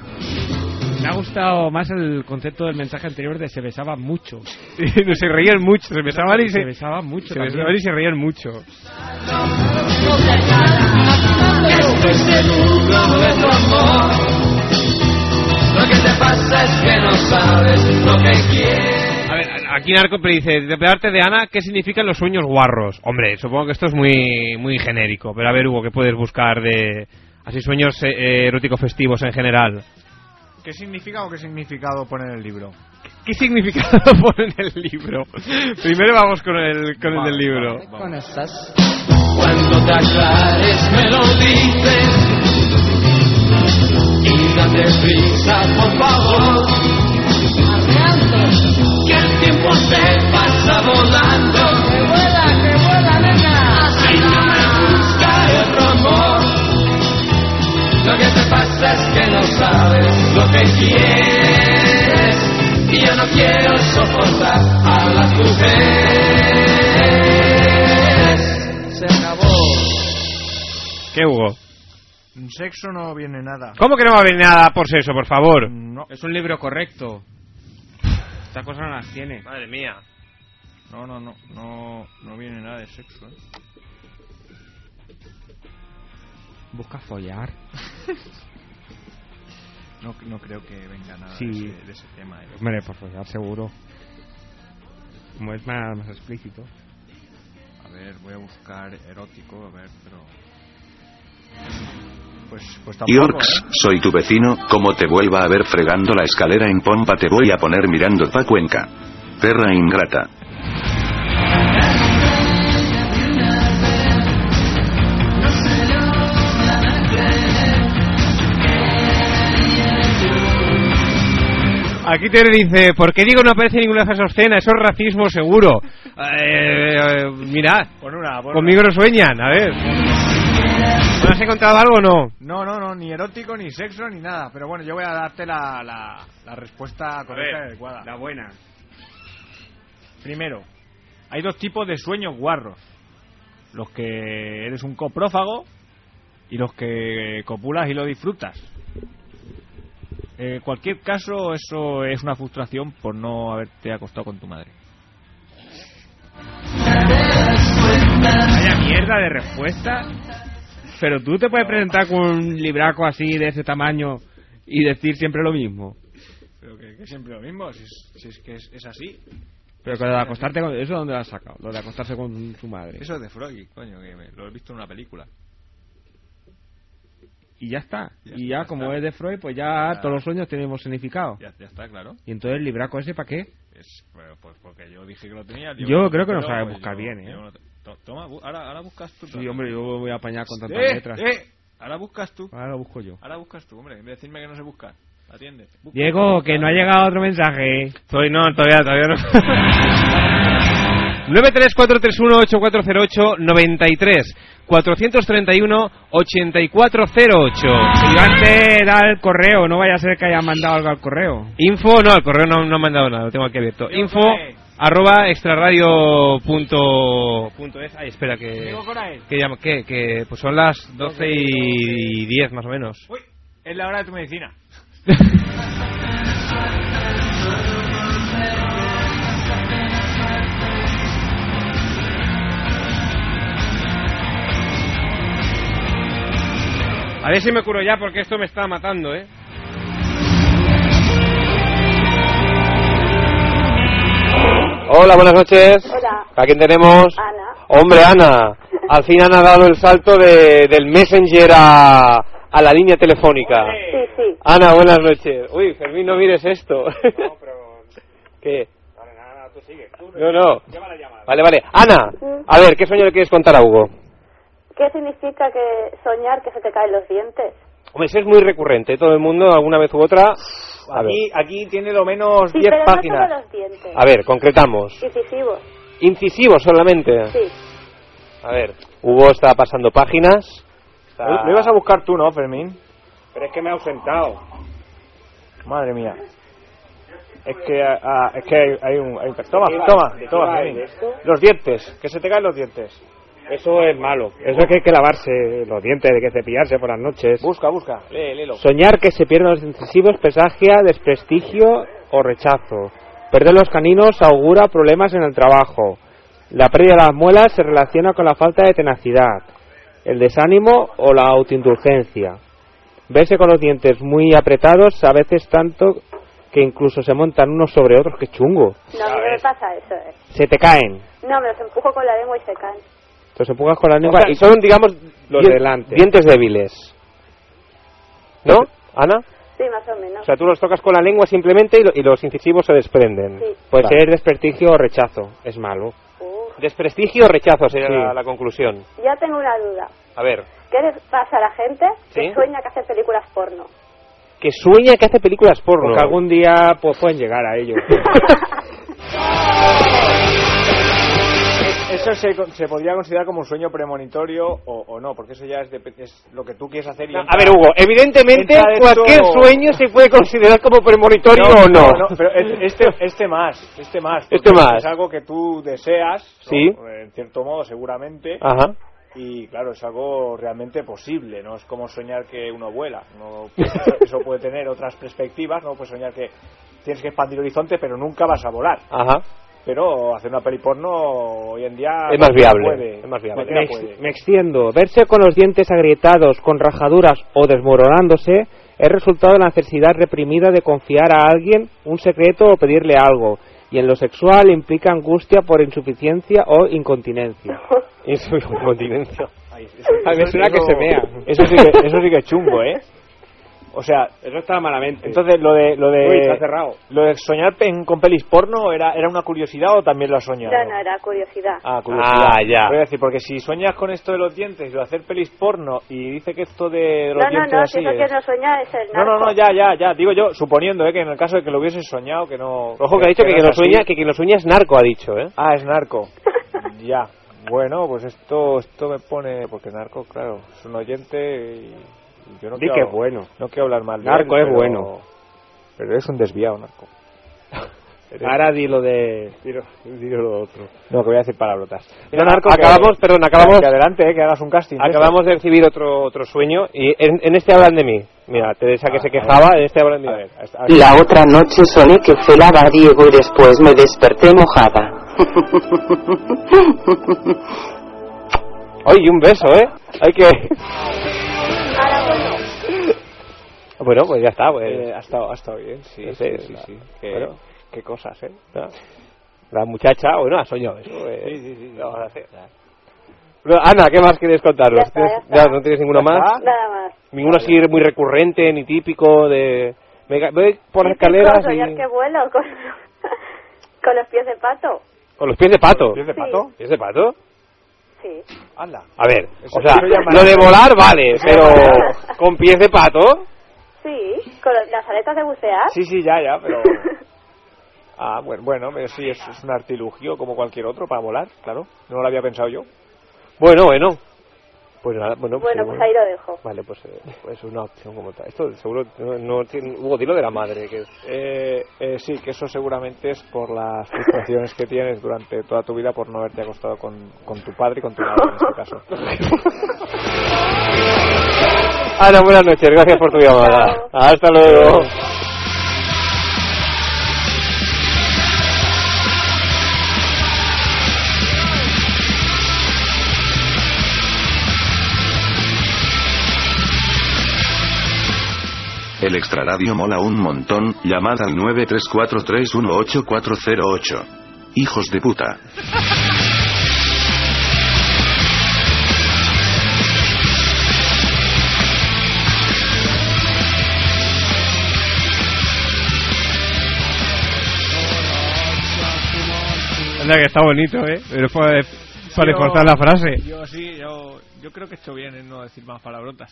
Me ha gustado más el concepto del mensaje anterior de se besaba mucho. se reían mucho, se besaban y se, besaban mucho. se también. besaban y se reían mucho. Este es el lugar de tu amor. Lo que te pasa es que no sabes lo que quieres. A ver, aquí Narco pero dice, de parte de Ana, ¿qué significan los sueños guarros? Hombre, supongo que esto es muy muy genérico, pero a ver, Hugo, ¿qué puedes buscar de así sueños eh, eróticos festivos en general? ¿Qué significa o qué significado pone en el libro? ¿Qué significado pone en el libro? Primero vamos con el con el del libro. Con estas. Cuando te aclares me lo dices. Y date prisa, por favor. Que el tiempo se pasa volando. Que vuela, que vuela, nena. Así no me busca el rumor. Lo que te pasa es que no sabes lo que quieres. Y yo no quiero soportar a las mujeres. Se acabó. ¿Qué, Hugo? Sexo no viene nada. ¿Cómo que no va a venir nada por eso, por favor? Mm. Es un libro correcto. Estas cosas no las tiene. Madre mía. No, no, no, no, no viene nada de sexo. ¿eh? Busca follar. Ah, No, no creo que venga nada Sí. de, ese, de ese tema. ¿eh? Hombre, por follar seguro. Como es más, más explícito. A ver, voy a buscar erótico, a ver, pero... Pues, pues tampoco, Yorks, ¿eh? soy tu vecino, como te vuelva a ver fregando la escalera en pompa te voy a poner mirando pa' Cuenca. Perra ingrata. Aquí te dice, ¿por qué digo no aparece ninguna de esas escenas? Eso es racismo seguro. Eh, eh, mirad, Pon una, pon conmigo una. no sueñan, a ver. ¿No has encontrado algo o no? No, no, no, ni erótico, ni sexo, ni nada. Pero bueno, yo voy a darte la, la, la respuesta correcta y adecuada. La buena. Primero, hay dos tipos de sueños guarros. Los que eres un coprófago y los que copulas y lo disfrutas. En cualquier caso, eso es una frustración por no haberte acostado con tu madre. Vaya mierda de respuesta. Pero tú te puedes presentar con un libraco así de ese tamaño y decir siempre lo mismo. Pero que, es siempre lo mismo, si es, si es que es, es así. Pero que lo de acostarte con... ¿Eso dónde lo has sacado? Lo de acostarse con su madre. Eso es de Freud, coño, que me- lo he visto en una película. Y ya está. y ya, como es de Freud, pues ya todos los sueños tenemos significado. Ya, ya está, claro. Y entonces el libraco ese, ¿para qué? Es, bueno, pues porque yo dije que lo tenía. Yo creo que no pero, sabe pues, buscar yo- bien, ¿eh? yo no te- to- Toma, bu- ahora, ahora buscas tú. Sí, hombre, yo voy a apañar con tantas Eh, letras. eh, ahora buscas tú. Ahora lo busco yo. Ahora buscas tú, hombre. En vez de decirme que no sé buscar. Atiende. Busca. Diego, que no ha llegado otro mensaje. Estoy, no, todavía, todavía no. 93431-8408, 93-431-8408. Yo antes era el correo, no vaya a ser que hayan mandado algo al correo. Info, no, el correo no, no ha mandado nada, lo tengo aquí abierto. Info arroba extraradio punto, punto es. Ay, espera, que, que, llama- que, que pues son las 12 y 10 más o menos. Uy, es la hora de tu medicina. A ver si me curo ya porque esto me está matando, ¿eh? Hola, buenas noches. Hola. ¿A quién tenemos? Ah. Ana. Hombre, Ana. Al fin Ana ha dado el salto de, del Messenger a, a la línea telefónica. Sí, sí. Ana, buenas noches. Uy, Fermín, no mires esto. ¿Qué? No, no. Vale, vale. Ana, a ver, ¿qué sueño le quieres contar a Hugo? ¿Qué significa que soñar que se te caen los dientes? Hombre, ese es muy recurrente. Todo el mundo, alguna vez u otra. A ver, Aquí, aquí tiene lo menos Sí, 10 pero no solo páginas. los dientes. A ver, concretamos. Incisivos. Incisivos solamente. Sí. A ver, Hugo está pasando páginas. Lo lo ibas a buscar tú, ¿no, Fermín? Pero es que me he ausentado. Madre mía. Es que, ah, es que hay, hay un, hay un- Toma, ¿De qué va- toma, de qué toma, va Fermín. esto? Los dientes, que se te caen los dientes. Eso es malo. Eso es que hay que lavarse los dientes, hay que cepillarse por las noches. Busca, busca. Lee, léelo. Soñar que se pierden los incisivos presagia desprestigio o rechazo. Perder los caninos augura problemas en el trabajo. La pérdida de las muelas se relaciona con la falta de tenacidad, el desánimo o la autoindulgencia. Verse con los dientes muy apretados, a veces tanto que incluso se montan unos sobre otros, que chungo. No, a mí no me pasa eso, eh. Se te caen. No, me los empujo con la lengua y se caen. Entonces empujas con la O lengua sea, y son, digamos, los dien- delante. dientes débiles. ¿No, Ana? Sí, más o menos. O sea, tú los tocas con la lengua simplemente y, lo- y los incisivos se desprenden. Sí. pues, Puede eh. Vale. ser desprestigio o rechazo. Es malo. Desprestigio o rechazo sería Sí. la, la conclusión. Ya tengo una duda. A ver, ¿Qué les pasa a la gente Sí. que sueña que hace películas porno? que sueña que hace películas porno. Porque algún día pues pueden llegar a ello. Eso se, con- se podría considerar como un sueño premonitorio o, o no, porque eso ya es, de- es lo que tú quieres hacer. y No, entra- a ver, Hugo, evidentemente entra dentro- cualquier sueño se puede considerar como premonitorio o no. pero es- este, este más, este más. porque Este más. Es algo que tú deseas, ¿no? Sí. en cierto modo seguramente. Ajá. Y claro, es algo realmente posible, no es como soñar que uno vuela. No, eso, eso puede tener otras perspectivas, no puedes soñar que tienes que expandir horizonte, pero nunca vas a volar. Ajá. Pero hacer una peli porno hoy en día Es más viable, puede. es más viable. Cualquiera Pues Me, ex- puede. me extiendo. Verse con los dientes agrietados, con rajaduras o desmoronándose es resultado de la necesidad reprimida de confiar a alguien un secreto o pedirle algo. Y en lo sexual implica angustia por insuficiencia o incontinencia. incontinencia. A mí Ah, me suena que se mea. Eso sí que, eso sí que es chungo, ¿eh? O sea, Eso está malamente. entonces lo de lo de Uy, está cerrado. lo de soñar pen- con pelis porno era era una curiosidad o también lo has soñado. No, no, era curiosidad. Ah, curiosidad. Ah, ya. Voy a decir, porque si sueñas con esto de los dientes, lo de hacer pelis porno y dice que esto de los no, no, dientes no, así si no es- que no sueña es el No, no, no, narco. ya, ya, ya. Digo yo, suponiendo, ¿eh? Que en el caso de que lo hubieses soñado, que no... Ojo que ha dicho que, no quien lo es así. sueña, que quien lo sueña es narco, ha dicho, ¿eh? Ah, es narco. ya. Bueno, pues esto esto me pone... Porque narco, claro, es un oyente y... y yo no Di quiero, que es bueno. No quiero hablar mal de Narco él, es pero- bueno. Pero es un desviado, narco. Ahora di lo de... di lo otro. No, que voy a decir palabrotas. No, narco, acabamos, perdón, acabamos- Que adelante, eh, que hagas un casting. de Acabamos de recibir otro otro sueño y en, en este hablan de mí. Mira, Teresa Ah, que se quejaba, en este hablan de mí. La otra noche soñé que celaba a Diego y después me desperté mojada. ¡Ay, y un beso, eh! Hay que... bueno, pues ya está, pues... Eh, ha, estado, ha estado bien, sí, No sí, sé, sí, la- sí. Qué, bueno. qué cosas, ¿eh? ¿no? La muchacha, bueno, ha soñado eso. eh. Sí, sí, sí. Lo vamos a hacer. Bueno, Ana, ¿qué más quieres contarnos? Ya está, ya está. ¿No tienes ninguno ¿Ya más? está? Nada más. Ninguno así muy recurrente ni típico de... Me ca- voy por las ¿Qué escaleras con soñar y... que vuelo con, con los pies de pato? Con los pies de pato. ¿Pies de Sí. pato? ¿Pies de pato? Sí. ¡Hala! A ver, Eso o sea, quiero llamar- lo de volar vale, Eso pero llamará. con pies de pato. Sí, con los- las aletas de bucear. Sí, sí, ya, ya, pero... Ah, bueno, bueno pero sí, es, es un artilugio como cualquier otro para volar, claro. No lo había pensado yo. Bueno, bueno. Pues nada, bueno, bueno, sí, pues ahí lo dejo. Vale, pues eh, pues es una opción como tal. Esto seguro no, no tiene... Hugo, dilo de la madre, que es... Eh, eh, sí, que eso seguramente es por las frustraciones que tienes durante toda tu vida por no haberte acostado con, con tu padre y con tu madre en este caso. Ana, buenas noches, gracias por tu llamada. Hasta luego. El extraradio mola un montón, llamada al 934318408. Hijos de puta. Anda, que está bonito, ¿eh? Pero fue para cortar la frase. Yo sí, yo, yo creo que he hecho bien en no decir más palabrotas.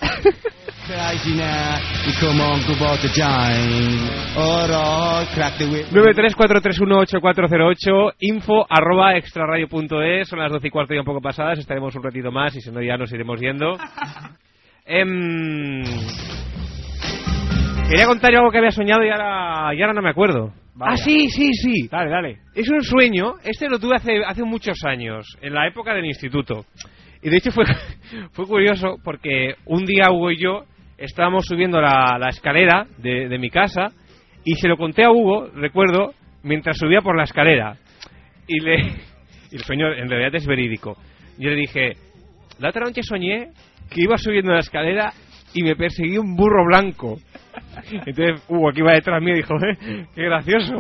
Y como un cubo de Jain. Oro, crack the whip. 934318408 info arroba extraradio.es son las 12 y cuarto ya un poco pasadas estaremos un ratito más y si no ya nos iremos yendo Em, Quería contar yo algo que había soñado y ahora, y ahora no me acuerdo. Ah, sí, sí, sí. Dale, dale. Es un sueño, este lo tuve hace, hace muchos años, en la época del instituto. Y de hecho fue, fue curioso porque un día Hugo y yo estábamos subiendo la, la escalera de, de mi casa y se lo conté a Hugo, recuerdo, mientras subía por la escalera. Y le y el sueño en realidad es verídico. Yo le dije, la otra noche soñé que iba subiendo la escalera y me perseguía un burro blanco. Entonces Hugo, que iba detrás mío, dijo, "Eh, qué gracioso.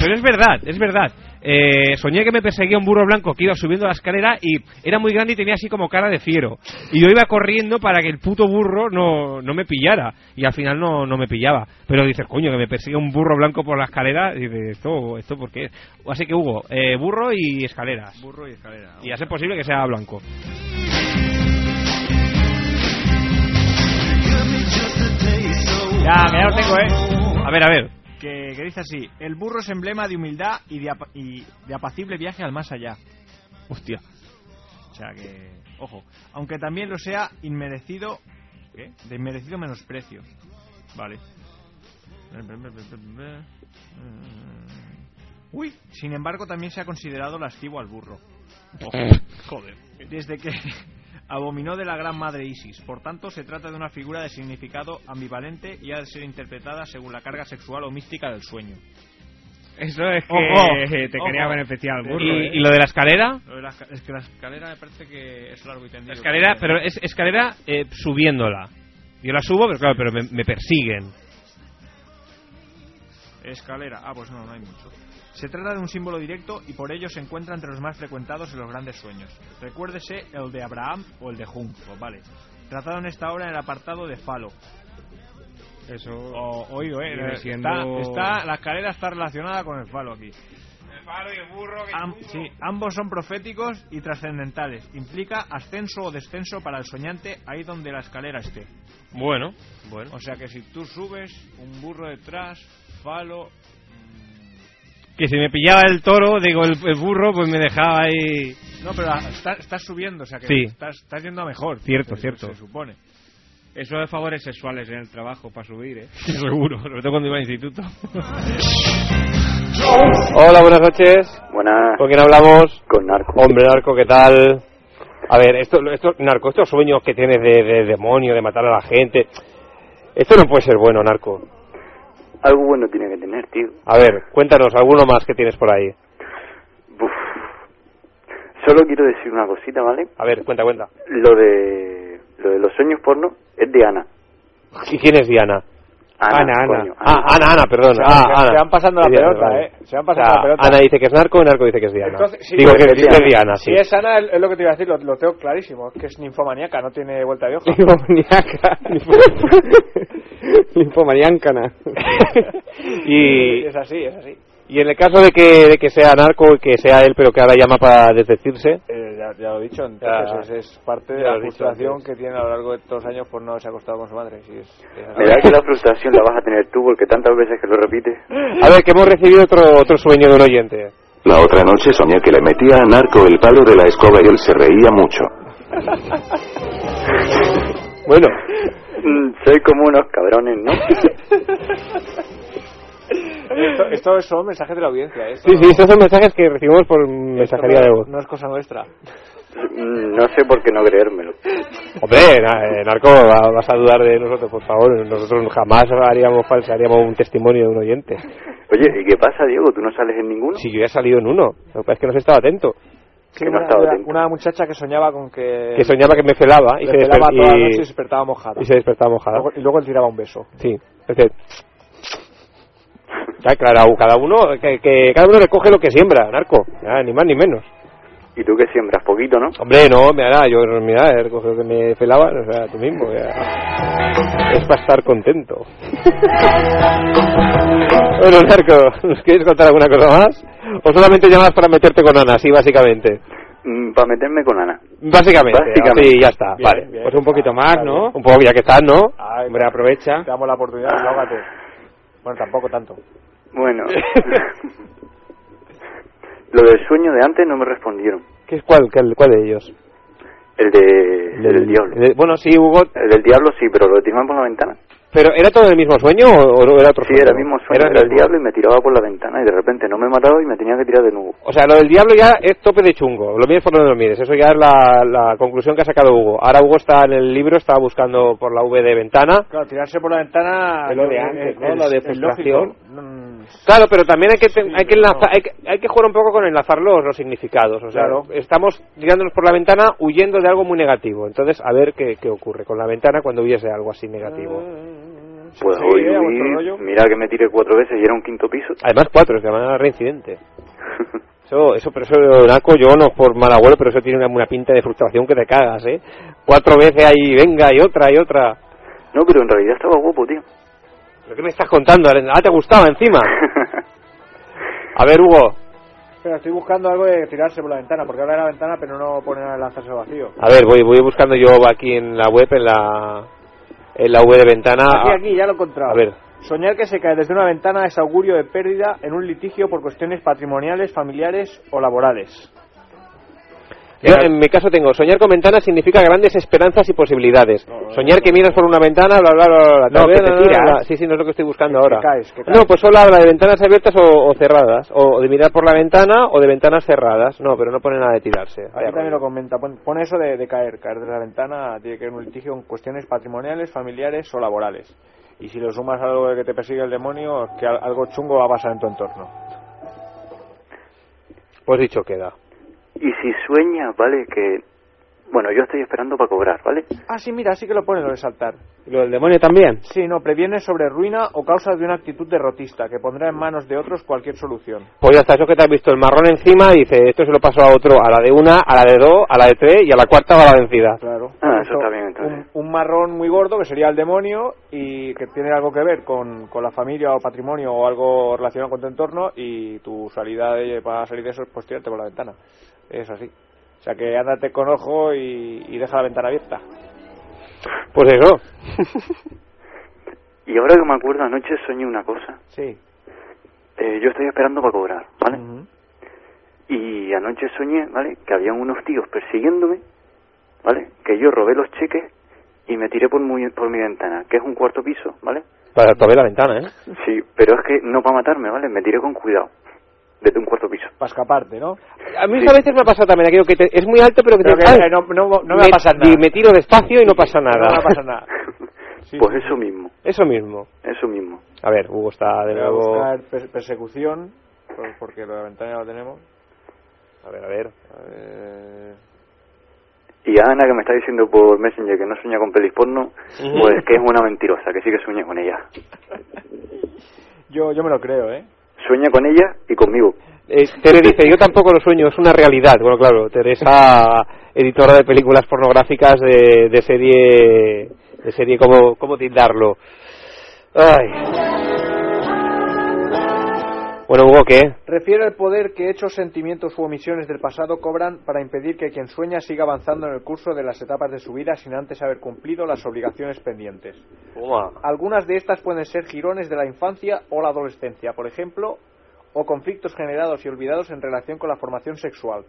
Pero es verdad, es verdad. Eh, soñé que me perseguía un burro blanco que iba subiendo la escalera y era muy grande y tenía así como cara de fiero. Y yo iba corriendo para que el puto burro no, no me pillara. Y al final no, no me pillaba. Pero dices, coño, que me persigue un burro blanco por la escalera. Y dices, ¿esto, esto por qué? es? Así que Hugo, eh, burro y escaleras. Burro y escalera. Y a ser posible que sea blanco. Ya, que ya lo tengo, eh. A ver, a ver. Que, que dice así: El burro es emblema de humildad y de, apa- y de apacible viaje al más allá. Hostia. O sea que, ojo. Aunque también lo sea inmerecido. ¿Qué? De inmerecido menosprecio. Vale. Uy, sin embargo, también se ha considerado lascivo al burro. Joder. Desde que abominó de la gran madre Isis. Por tanto, se trata de una figura de significado ambivalente y ha de ser interpretada según la carga sexual o mística del sueño. Eso es que eh, te quería beneficiar al burro. ¿Y, eh. y lo de la escalera? Lo de la esca- es que la escalera me parece que es largo y tendido. Escalera, pero es escalera eh, subiéndola. Yo la subo, pero claro, pero me, me persiguen. Escalera, ah, pues no, no hay mucho. Se trata de un símbolo directo y por ello se encuentra entre los más frecuentados en los grandes sueños. Recuérdese el de Abraham o el de Jung, pues vale. Tratado en esta obra en el apartado de Falo. Eso. oído, eh. viene Está- siendo- está- la escalera está relacionada con el Falo aquí. Am- sí, ambos son proféticos y trascendentales. Implica ascenso o descenso para el soñante ahí donde la escalera esté. Bueno, bueno. O sea que si tú subes, un burro detrás, falo. Que si me pillaba el toro, digo, el, el burro, pues me dejaba ahí. No, pero la- está- estás subiendo, o sea que Sí. estás, estás yendo a mejor. Cierto, se- cierto. Se supone. Eso de favores sexuales en el trabajo para subir, ¿eh? Seguro, sobre todo cuando iba al instituto. Hola, buenas noches. Buenas. ¿Con quién hablamos? Con Narco. Hombre, Narco, ¿qué tal? A ver, esto, esto, Narco, estos sueños que tienes de, de demonio, de matar a la gente, esto no puede ser bueno, Narco. Algo bueno tiene que tener, tío. A ver, cuéntanos, ¿alguno más que tienes por ahí? Solo quiero decir una cosita, ¿vale? A ver, cuenta, cuenta. Lo de, lo de los sueños porno es de Ana. ¿Y quién es Diana? Ana, Ana. coño, Ah, Ana, Ana, perdón. Se- ah, se- Ana. se van pasando Sí, la Diana, pelota, vale. eh. Se van pasando O sea, la pelota. Ana dice que es narco y narco dice que es Diana. Entonces, sí, Digo pues, que es dice que es Diana. Diana, sí. Sí, sí es- Es Ana, es lo que te iba a decir, lo, lo tengo clarísimo, que es ninfomaníaca, no tiene vuelta de hoja. Linfomaniáncana. y, Es así, es así. y en el caso de que, de que sea narco y que sea él, pero que ahora llama para desdecirse, Eh, ya, ya lo he dicho, Ya. entonces es, es parte de Ya lo la has dicho frustración que tiene a lo largo de estos años por no haberse acostado con su madre. Sí, es, es así. Me da que la frustración la vas a tener tú porque tantas veces que lo repites. a ver, que hemos recibido otro, otro sueño de un oyente. La otra noche soñé que le metía a Narco el palo de la escoba y él se reía mucho. Bueno. Mm, Soy como unos cabrones, ¿no? Esto, esto son mensajes de la audiencia. ¿eh? Esto Sí, no- sí, esos son mensajes que recibimos por mensajería de voz. No es cosa nuestra. Mm, no sé por qué no creérmelo. Hombre, na- eh, Narco, va- vas a dudar de nosotros, por favor. Nosotros jamás haríamos falsearíamos un testimonio de un oyente. Oye, ¿y qué pasa, Diego? ¿Tú no sales en ninguno? Si yo he salido en uno, lo que pasa es que no se estaba atento. Sí, Que no una, estaba una- atento. una muchacha que soñaba con que... Que soñaba que me felaba y le se, desper- pelaba toda la y- noche y se despertaba mojada. y se despertaba mojada. Luego- y luego le tiraba un beso. Sí, entonces... Ya, claro, cada uno, que, que cada uno recoge lo que siembra, Narco. Ya, ni más ni menos. ¿Y tú que siembras? Poquito, ¿no? Hombre, no, me hará, yo me hará, he recogido que me felaba, o sea, tú mismo. ya. Es para estar contento. Bueno, Narco, ¿nos quieres contar alguna cosa más? ¿O solamente llamas para meterte con Ana, sí, básicamente? Para Mm, meterme con Ana. Básicamente, Básicamente. sí, ya está, Bien, vale. bien, pues un poquito más, ¿no? Un poco, ya que estás, ¿no? Ay, Hombre, aprovecha. Te damos la oportunidad, lógate. Bueno, tampoco tanto. Bueno. Lo del sueño de antes no me respondieron. ¿Qué es cuál, cuál, cuál de ellos? El de, el del diablo. Eh, Bueno, sí, Hugo. El del diablo sí, pero lo tiraban por la ventana. ¿Pero era todo el mismo sueño o, o era otro Sí, sueño? era el mismo sueño, era, el diablo y me tiraba por la ventana y de repente no me mataba y me tenía que tirar de nuevo. O sea, lo del diablo ya es tope de chungo. Lo mires por donde lo mires. Eso ya es la, la conclusión que ha sacado Hugo. Ahora Hugo está en el libro, estaba buscando por la V de ventana. Claro, tirarse por la ventana... eh, Es lo de antes, ¿no? Lo de Ah, es lógico. Mm, Claro, pero también hay que, te- hay, que enlaza- hay, que, hay que jugar un poco con enlazar los, los significados. O sea, Claro. estamos tirándonos por la ventana huyendo de algo muy negativo. Entonces, a ver qué, qué ocurre con la ventana cuando huyes de algo así negativo. Mm. Pues sí, hoy, eh, a huí, vuestro rollo. mira que me tiré cuatro veces y era un quinto piso. Además, cuatro, se llama reincidente. Eso, eso, pero eso, Naco, yo no por mal abuelo, pero eso tiene una, una pinta de frustración que te cagas, ¿eh? Cuatro veces ahí, venga, y otra, y otra. No, pero en realidad estaba guapo, tío. ¿Pero qué me estás contando? Ah, te gustaba encima. A ver, Hugo, Pero estoy buscando algo de tirarse por la ventana, porque ahora era la ventana, pero no ponen a lanzarse al vacío. a ver, voy, voy buscando yo aquí en la web, en la, en la web de ventana. Ah, Aquí, aquí, ya lo he encontrado. A ver, Soñar que se cae desde una ventana es augurio de pérdida en un litigio por cuestiones patrimoniales, familiares o laborales. Yo, en mi caso tengo, soñar con ventanas significa grandes esperanzas y posibilidades. soñar que miras por una ventana, bla, bla, bla, bla, bla. No, que te tiras. Sí, sí, no es lo que estoy buscando ahora. caes, que caes. No, pues solo habla de ventanas abiertas o, o cerradas, o de mirar por la ventana o de ventanas cerradas. No, pero no pone nada de tirarse. Aquí Vaya pues también rollo. lo comenta. pon- Pone eso de, de caer, caer desde la ventana, tiene que ser un litigio en cuestiones patrimoniales, familiares o laborales. Y si lo sumas a algo de que te persigue el demonio, es que al- algo chungo va a pasar en tu entorno. Pues dicho queda. Y si sueñas, ¿vale? Que... Bueno, yo estoy esperando para cobrar, ¿vale? Ah, sí, mira, sí que lo pone lo de saltar. ¿Lo del demonio también? Sí, no, previene sobre ruina o causa de una actitud derrotista, que pondrá en manos de otros cualquier solución. Pues ya está, eso que te has visto el marrón encima, dice, esto se lo paso a otro, a la de una, a la de dos, a la de tres y a la cuarta va la vencida. Claro. Ah, eso está bien, entonces. Un, un marrón muy gordo, que sería el demonio, y que tiene algo que ver con, con la familia o patrimonio o algo relacionado con tu entorno, y tu salida de- para salir de eso es pues tirarte por la ventana. Es así. O sea que ándate con ojo y, y deja la ventana abierta. Pues eso. Y ahora que me acuerdo, anoche soñé una cosa. Sí. Eh, yo estoy esperando para cobrar, ¿vale? Y anoche soñé, ¿vale? Que habían unos tíos persiguiéndome, ¿vale? Que yo robé los cheques y me tiré por, muy, por mi ventana, que es un cuarto piso, ¿vale? Para todavía la ventana, ¿eh? Sí, pero es que no para matarme, ¿vale? Me tiré con cuidado, desde un cuarto piso. Para escaparte, ¿no? A mí Sí. a veces me ha pasado también aquello que te- es muy alto pero que, Pero te, que, ¡ay! eh, no, no, no me, va Me- a pasar nada. Y me tiro despacio y no pasa No nada. me va a pasar nada. pues eso mismo, Eso mismo. eso mismo. A ver, Hugo está de Voy a nuevo... buscar per- persecución, por- porque lo de la ventana ya lo tenemos. A ver, a ver. A ver. Y a Ana, que me está diciendo por Messenger que no sueña con pelis porno, Ujú. pues que es una mentirosa, que sí que sueña con ella. Yo, yo me lo creo, ¿eh? Sueña con ella y conmigo. Eh, Tere dice, yo tampoco lo sueño, es una realidad. Bueno, claro, Teresa, editora de películas pornográficas de, de serie... De serie, ¿cómo, cómo tildarlo? Ay. Bueno, Hugo, ¿qué? Refiere al poder que hechos, sentimientos u omisiones del pasado cobran para impedir que quien sueña siga avanzando en el curso de las etapas de su vida sin antes haber cumplido las obligaciones pendientes. Algunas de estas pueden ser girones de la infancia o la adolescencia, por ejemplo, o conflictos generados y olvidados en relación con la formación sexual.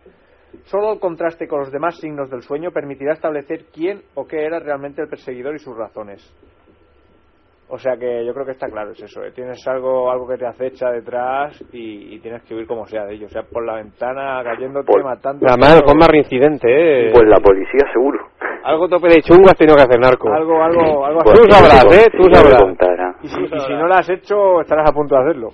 Solo el contraste con los demás signos del sueño permitirá establecer quién o qué era realmente el perseguidor y sus razones. O sea que yo creo que está claro, es eso. ¿eh? Tienes algo algo que te acecha detrás y, y tienes que huir como sea de ello. O sea, por la ventana, cayéndote, matando. Además, fue más reincidente, ¿eh? Pues la policía seguro. Algo tope de chungo has tenido que hacer, narco. Algo, algo, algo Tú así. sabrás, Pues, ¿eh? sí, Tú ya me sabrás. contará. Y pues si, y si no lo has hecho, estarás a punto de hacerlo.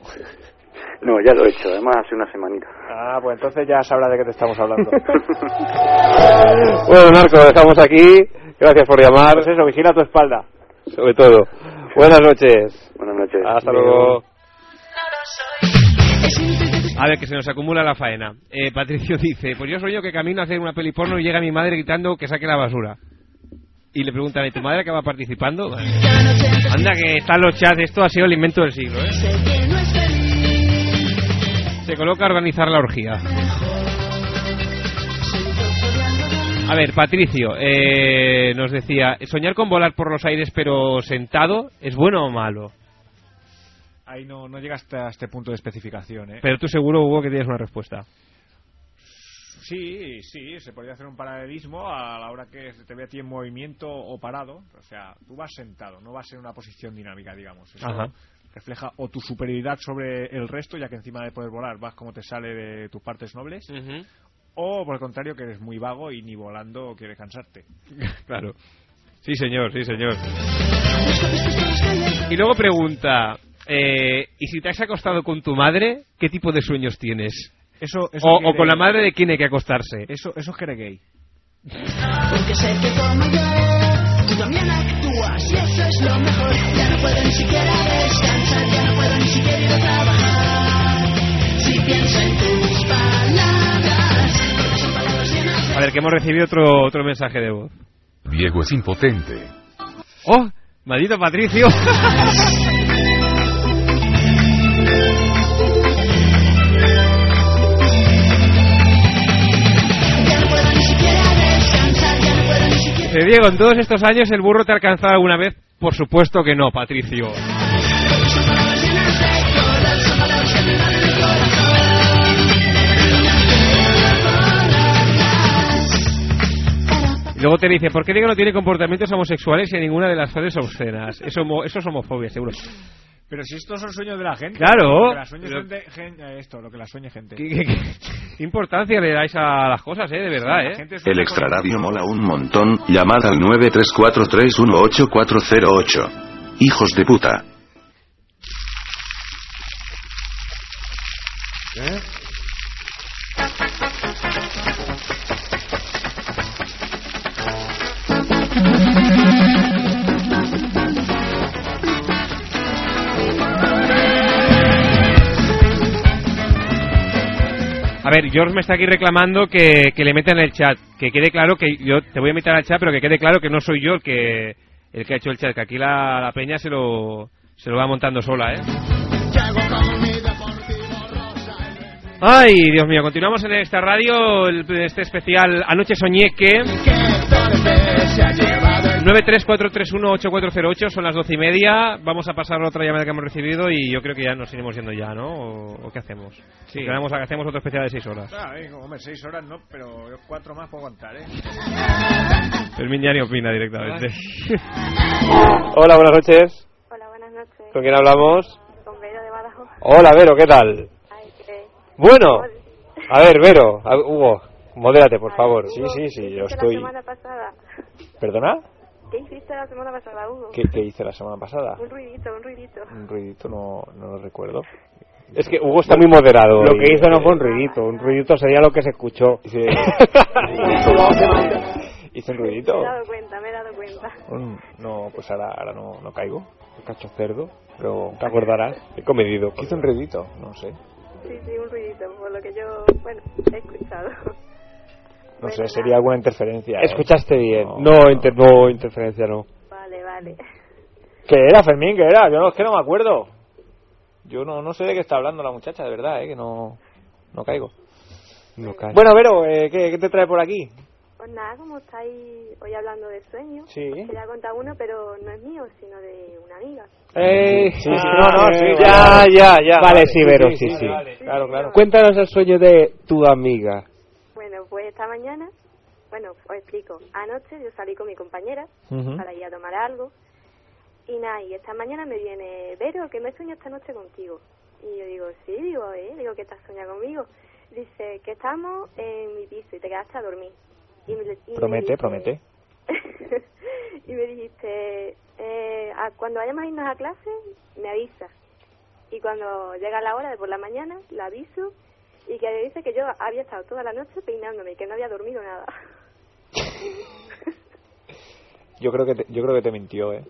No, ya lo he hecho, además hace una semanita. Ah, pues entonces ya sabrás de qué te estamos hablando. Bueno, Narco, lo dejamos aquí. Gracias por llamar. Pues eso, vigila tu espalda. Sobre todo. Buenas noches. Buenas noches. Hasta luego. A ver, que se nos acumula la faena. Eh, Patricio dice, pues yo sueño que camino a hacer una peli porno y llega mi madre gritando que saque la basura. Y le preguntan, ¿y tu madre acaba participando? Anda, que están los chats, esto ha sido el invento del siglo, ¿eh? Se coloca a organizar la orgía. A ver, Patricio, eh, nos decía, soñar con volar por los aires pero sentado, ¿es bueno o malo? Ahí no, no llega hasta este punto de especificación, ¿eh? Pero tú seguro, Hugo, que tienes una respuesta. Sí, sí, se podría hacer un paralelismo a la hora que se te ve a ti en movimiento o parado. O sea, tú vas sentado, no vas en una posición dinámica, digamos. Eso Ajá. refleja o tu superioridad sobre el resto, ya que encima de poder volar vas como te sale de tus partes nobles, o por el contrario que eres muy vago y ni volando quieres cansarte. Claro. Sí, señor, sí, señor. Y luego pregunta, eh, ¿y si te has acostado con tu madre, qué tipo de sueños tienes? Eso, eso o, quiere- o con la madre de quién hay que acostarse. Eso, eso es que eres gay. Porque sé que como yo, tú también actúas y eso es lo mejor. Ya no puedo ni siquiera descansar, ya no puedo ni siquiera ir a trabajar. Si pienso en tus palabras, porque son palabras llenas A ver, que hemos recibido otro, otro mensaje de voz. Diego es impotente. ¡Oh! ¡Maldito Patricio! Eh, Diego, en todos estos años el burro te ha alcanzado alguna vez. Por supuesto que no, Patricio. Y luego te dice, ¿por qué Diego no tiene comportamientos homosexuales y en ninguna de las fases obscenas? Eso, eso es homofobia, seguro. Pero si estos son sueños de la gente. Claro. Lo que la sueñe Pero- gente, gen- eh, esto, lo que la sueñe gente. ¿Qué, qué- qué importancia le dais a las cosas, eh? De verdad, Sí, la eh. gente El extraradio mola un montón. Llamar al 934318408. Hijos de puta. A ver, George me está aquí reclamando que, que le meta en el chat. Que quede claro que yo te voy a meter al chat, pero que quede claro que no soy yo el que, el que ha hecho el chat. Que aquí la, la peña se lo, se lo va montando sola, ¿eh? Ay, Dios mío, continuamos en esta radio, el- este especial Anoche Soñé que... 934318408 son las doce y media. Vamos a pasar a otra llamada que hemos recibido y yo creo que ya nos iremos yendo ya, ¿no? ¿O, o qué hacemos? Sí. hacemos otro especial de seis horas. Ah, bien, hombre, seis horas no, pero yo cuatro más puedo aguantar, ¿eh? Fermín ya ni opina directamente. Hola, buenas noches. Hola, buenas noches. ¿Con quién hablamos? Con Vero de Badajoz. Hola, Vero, ¿qué tal? Ay, qué- Bueno, Hola. a ver, Vero, a- Hugo, modérate, por A ver, favor. Hugo, ¿qué hiciste La semana pasada? ¿Perdona? Pues ¿Qué hiciste la semana pasada, Hugo? ¿Qué, qué hice la semana pasada? Un ruidito, un ruidito. Un ruidito, no, no lo recuerdo. Es que Pues Hugo está muy moderado. Lo hoy. que hizo no fue un ruidito, un ruidito sería lo que se escuchó. ¿Hice un Me ruidito? he dado cuenta, me he dado cuenta. Un- no, pues ahora, ahora no, no caigo. Cacho cerdo. Pero te acordarás. He comedido. pues, ¿Qué hizo un ruidito? No sé. Sí, sí, un ruidito, por lo que yo, bueno, he escuchado. No sé, sería alguna interferencia. ¿eh? Pues, Escuchaste bien. No, inter- no, interferencia no. Vale, vale. ¿Qué era, Fermín? ¿Qué era? Yo no, es que no me acuerdo. Yo no, no sé de qué está hablando la muchacha, de verdad, ¿eh? Que no, no caigo. Bueno, Vero, eh, ¿qué, qué te trae por aquí? Pues nada, como estáis hoy hablando de sueños, Sí. os quería contar uno, pero no es mío, sino de una amiga. Eh, sí, sí, Ah, no, no, eh, sí, vale, ya, vale. ya, ya. Vale, sí, Vero, sí, sí. Claro, claro. Cuéntanos el sueño de tu amiga. Bueno, pues esta mañana, bueno, os explico. Anoche yo salí con mi compañera Ujú. para ir a tomar algo. Y nada, y esta mañana me viene, Vero, que me sueño esta noche contigo. Y yo digo, sí, digo, ¿eh? Digo, que te has soñado conmigo. Dice, que estamos en mi piso y te quedaste a dormir. Y me, y me Promete, dice- promete. y me dijiste, eh, a- cuando vayamos a irnos a clase, me avisas. Y cuando llega la hora de por la mañana, la aviso y que dice que yo había estado toda la noche peinándome y que no había dormido nada. Yo creo que te, yo creo que te mintió, ¿eh?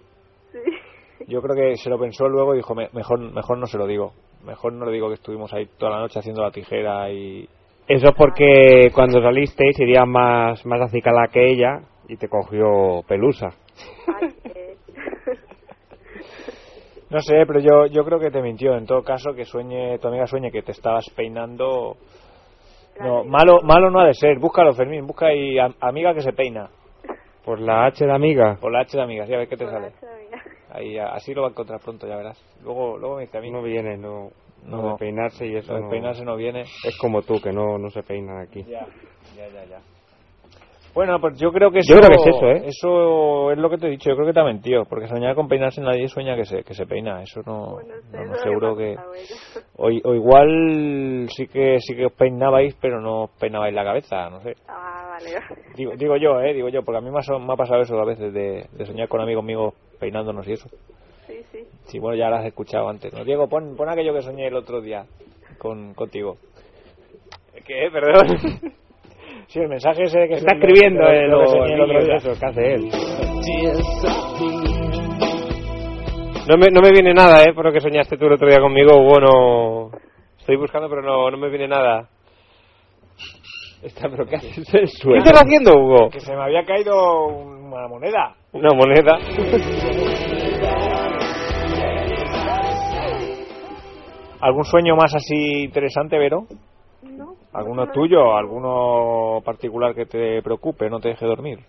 Sí. Yo creo que se lo pensó luego y dijo, "Me- mejor, mejor no se lo digo. Mejor no le digo que estuvimos ahí toda la noche haciendo la tijera y... Eso es porque cuando salisteis iría más, más acicalada que ella y te cogió pelusa. No sé, pero yo, yo creo que te mintió. En todo caso, que sueñe, tu amiga sueñe que te estabas peinando... No, malo, malo no ha de ser. Búscalo, Fermín. Busca ahí a- amiga que se peina. Por la H de amiga. O la H de amigas, ya ves qué te sale. Ahí, a- así lo va a encontrar pronto, ya verás. Luego, luego me dice a mí. No viene, no. No, No. de peinarse y eso. Lo de peinarse no viene. Es como tú, que no, no se peinan aquí. Ya, ya, ya. Bueno, pues yo creo que Yo eso, creo que es eso, ¿eh? eso es lo que te he dicho. Yo creo que te ha mentido. Porque soñar con peinarse nadie sueña que se, que se peina. Eso no. no, no, seguro que. O, i- o igual sí que sí que os peinabais, pero no os peinabais la cabeza, no sé. Ah, vale. Digo, digo yo, ¿eh? Digo yo, porque a mí me ha, so- me ha pasado eso a veces de, de soñar con amigos míos peinándonos y eso. Sí, sí. Sí, bueno, ya lo has escuchado antes. ¿no? Diego, pon, pon aquello que soñé el otro día con, contigo. ¿Qué? Perdón. Sí, el mensaje ese que Está se- escribiendo lo- el- lo que soñé el otro el- día. eh, eso, ¿qué hace él? No me, no me viene nada, ¿eh? Por lo que soñaste tú el otro día conmigo, Hugo, no... Estoy buscando, pero no, no me viene nada. Está, pero ¿qué haces? ¿Qué estás haciendo, Hugo? Que se me había caído una moneda. Una moneda. ¿Algún sueño más así interesante, Vero? No. ¿Alguno tuyo? ¿Alguno particular que te preocupe, no te deje dormir?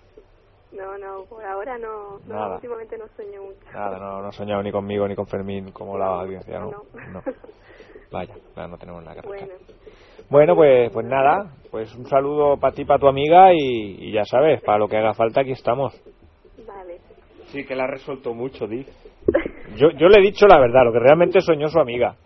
No, no, por ahora no. no, Nada. últimamente no sueño mucho. Nada, no, no he soñado ni conmigo ni con Fermín como la audiencia, ¿no? No. No. Vaya, nada, no tenemos nada que hacer. Bueno, Bueno, pues, pues nada, pues un saludo para ti, para tu amiga y, y ya sabes, para lo que haga falta aquí estamos. vale. Sí, que la ha resuelto mucho, Di. Yo, yo le he dicho la verdad, lo que realmente soñó su amiga.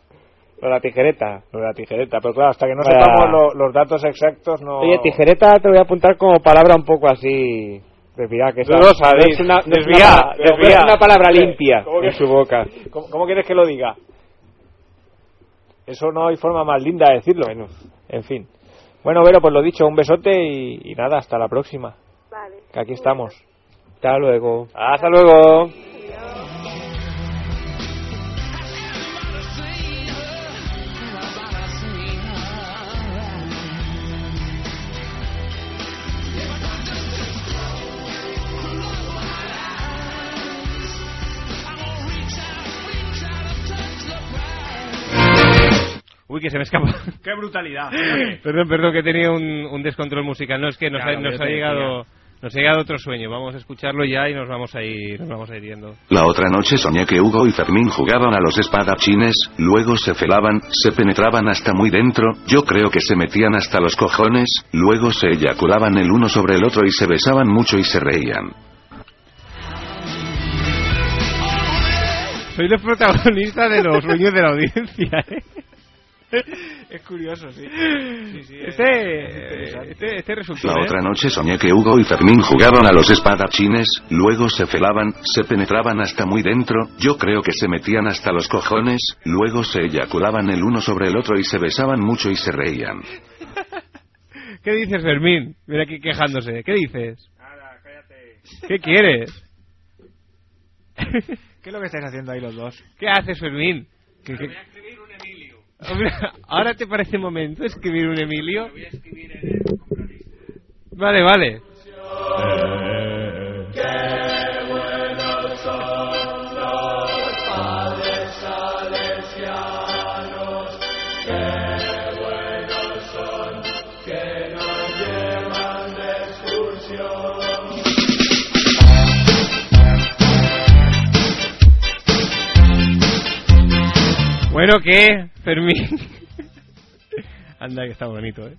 Lo de la tijereta. Lo de la tijereta, pero claro, hasta que no Vaya. sepamos lo- los datos exactos no... Oye, tijereta te voy a apuntar como palabra un poco así... Desviada, que está- Dudosa, no Di. es una- no es una desviada, palabra- desviada. pero no es una palabra limpia en su boca. ¿Cómo, cómo quieres que lo diga? Eso no hay forma más linda de decirlo. En fin. Bueno, Vero, pues lo dicho, un besote y, y nada, hasta la próxima. Que aquí estamos. Hasta luego. Hasta luego. Uy, que se me escapa. ¡Qué brutalidad! perdón, perdón, que tenía un, un descontrol musical. No, es que nos, Claro, ha, yo nos, te ha llegado, nos ha llegado otro sueño. Vamos a escucharlo ya y nos vamos a ir, nos vamos a ir yendo. La otra noche soñé que Hugo y Fermín jugaban a los espadachines, luego se felaban, se penetraban hasta muy dentro, yo creo que se metían hasta los cojones, luego se eyaculaban el uno sobre el otro y se besaban mucho y se reían. Soy los protagonistas de los sueños de la audiencia, ¿eh? Es curioso, sí. Este, este, este resultó. La ¿eh? otra noche soñé que Hugo y Fermín jugaban a los espadachines, luego se felaban, se penetraban hasta muy dentro, yo creo que se metían hasta los cojones, luego se eyaculaban el uno sobre el otro y se besaban mucho y se reían. ¿Qué dices, Fermín? Mira aquí quejándose. ¿Qué dices? ¿Qué quieres? ¿eh? ¿Qué es lo que estáis haciendo ahí los dos? ¿Qué haces, Fermín? ¿Qué- qué- Hombre, ¿Ahora te parece momento escribir un Emilio? Vale, vale. eh. Bueno, ¿qué, Fermín? Anda, que está bonito, ¿eh?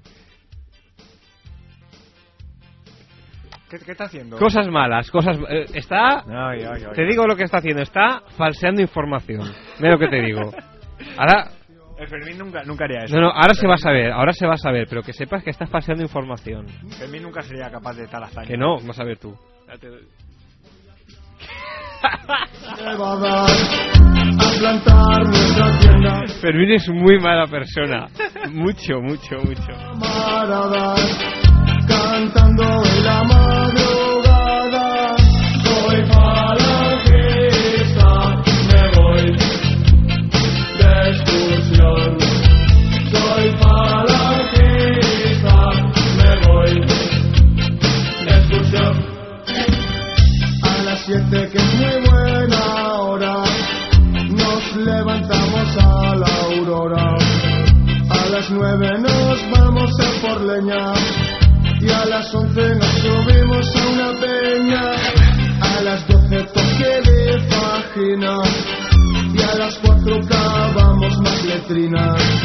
¿Qué, qué está haciendo? Cosas malas, cosas... eh, está... Ay, ay, ay. Te digo lo que está haciendo. Está falseando información. Mira lo que te digo. Ahora... El Fermín nunca, nunca haría eso. No, no, ahora se va a saber, ahora se va a saber, pero que sepas que estás falseando información. Fermín nunca sería capaz de tal hazaña. Que no, vas a ver tú. Fermín es muy mala persona. Mucho, mucho, mucho. Cantando en la madrugada, voy para la fiesta, me voy de excursión. Soy para la fiesta, me voy de excursión. A las siete que es muy buena hora, nos levantamos a la aurora. A las nueve nos vamos a por leña y a las once nos subimos a una peña. A las doce toque de vagina y a las cuatro cavamos más letrinas.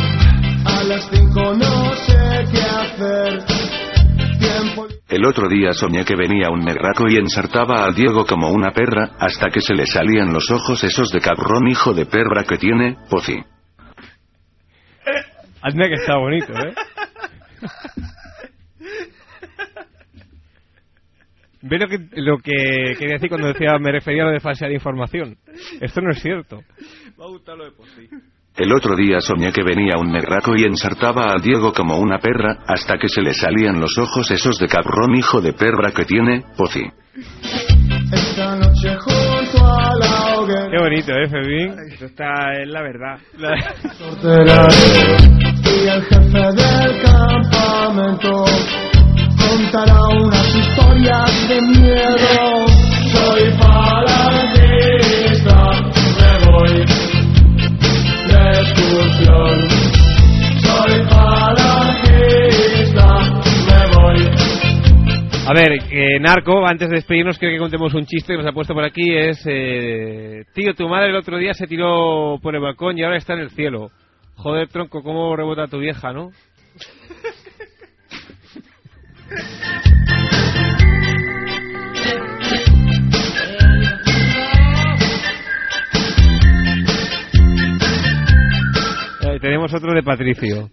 A las cinco no sé qué hacer. El otro día soñé que venía un negraco y ensartaba al Diego como una perra, hasta que se le salían los ojos esos de cabrón hijo de perra que tiene, pozi. Hazme que está bonito, ¿eh? Ve lo que, lo que quería decir cuando decía me refería a lo de falsear información. Esto no es cierto. Va a gustar lo de por sí. El otro día soñé que venía un negraco y ensartaba al Diego como una perra, hasta que se le salían los ojos esos de cabrón hijo de perra que tiene, pozi. Esta noche junto a la hoguera. Qué bonito, ¿eh, Fermín? Eso está, es la verdad. Y el jefe del campamento contará unas historias de miedo. Soy falangista, me voy de excursión. Soy falangista, me voy. A ver, eh, Narco, antes de despedirnos, quiero que contemos un chiste que nos ha puesto por aquí. Es, eh, tío, tu madre el otro día se tiró por el balcón y ahora está en el cielo. Joder, tronco, cómo rebota tu vieja, ¿no? Eh, tenemos otro de Patricio.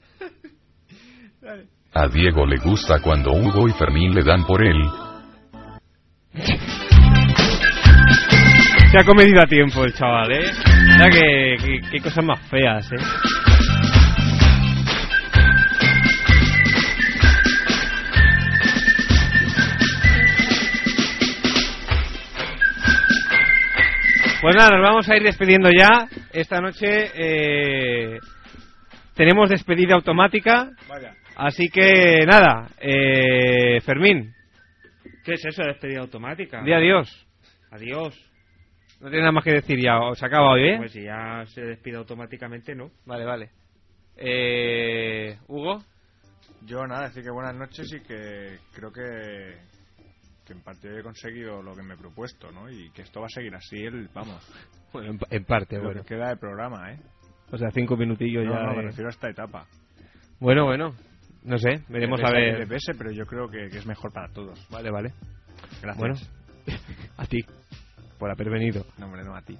A Diego le gusta cuando Hugo y Fermín le dan por él. Se ha comedido a tiempo el chaval, ¿eh? Mira que, que- que cosas más feas, ¿eh? Pues nada, nos vamos a ir despidiendo ya. Esta noche eh, tenemos despedida automática. Así que nada, eh, Fermín, ¿Qué es eso de despedida automática? di adiós. Adiós. No tiene nada más que decir ya, o se acaba hoy, ¿eh? Pues si ya se despide automáticamente, ¿no? Vale, vale. Eh, Hugo. Yo nada, decir que buenas noches y que creo que, que en parte he conseguido lo que me he propuesto, ¿no? Y que esto va a seguir así, el, vamos, Bueno, en, en parte, lo bueno. que queda de programa, ¿eh? O sea, cinco minutillos no, ya. no, me eh. refiero a esta etapa. Bueno, bueno. No sé, veremos Le a pese que ver. le pese, pero yo creo que, que es mejor para todos. Vale, vale. Gracias. Bueno, a ti, por haber venido. No, hombre, no a ti.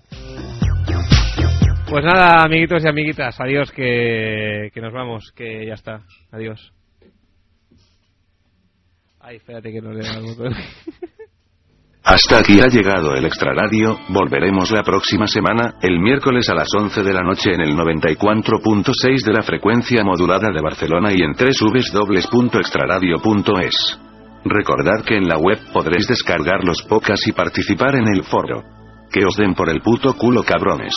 Pues nada, amiguitos y amiguitas, adiós, que, que nos vamos, que ya está. Adiós. Ay, espérate que no le da el botón. Hasta aquí ha llegado el extraradio, volveremos la próxima semana, el miércoles a las 11 de la noche en el 94.6 de la frecuencia modulada de Barcelona y en www.extraradio.es. Recordad que en la web podréis descargar los podcasts y participar en el foro. Que os den por el puto culo cabrones.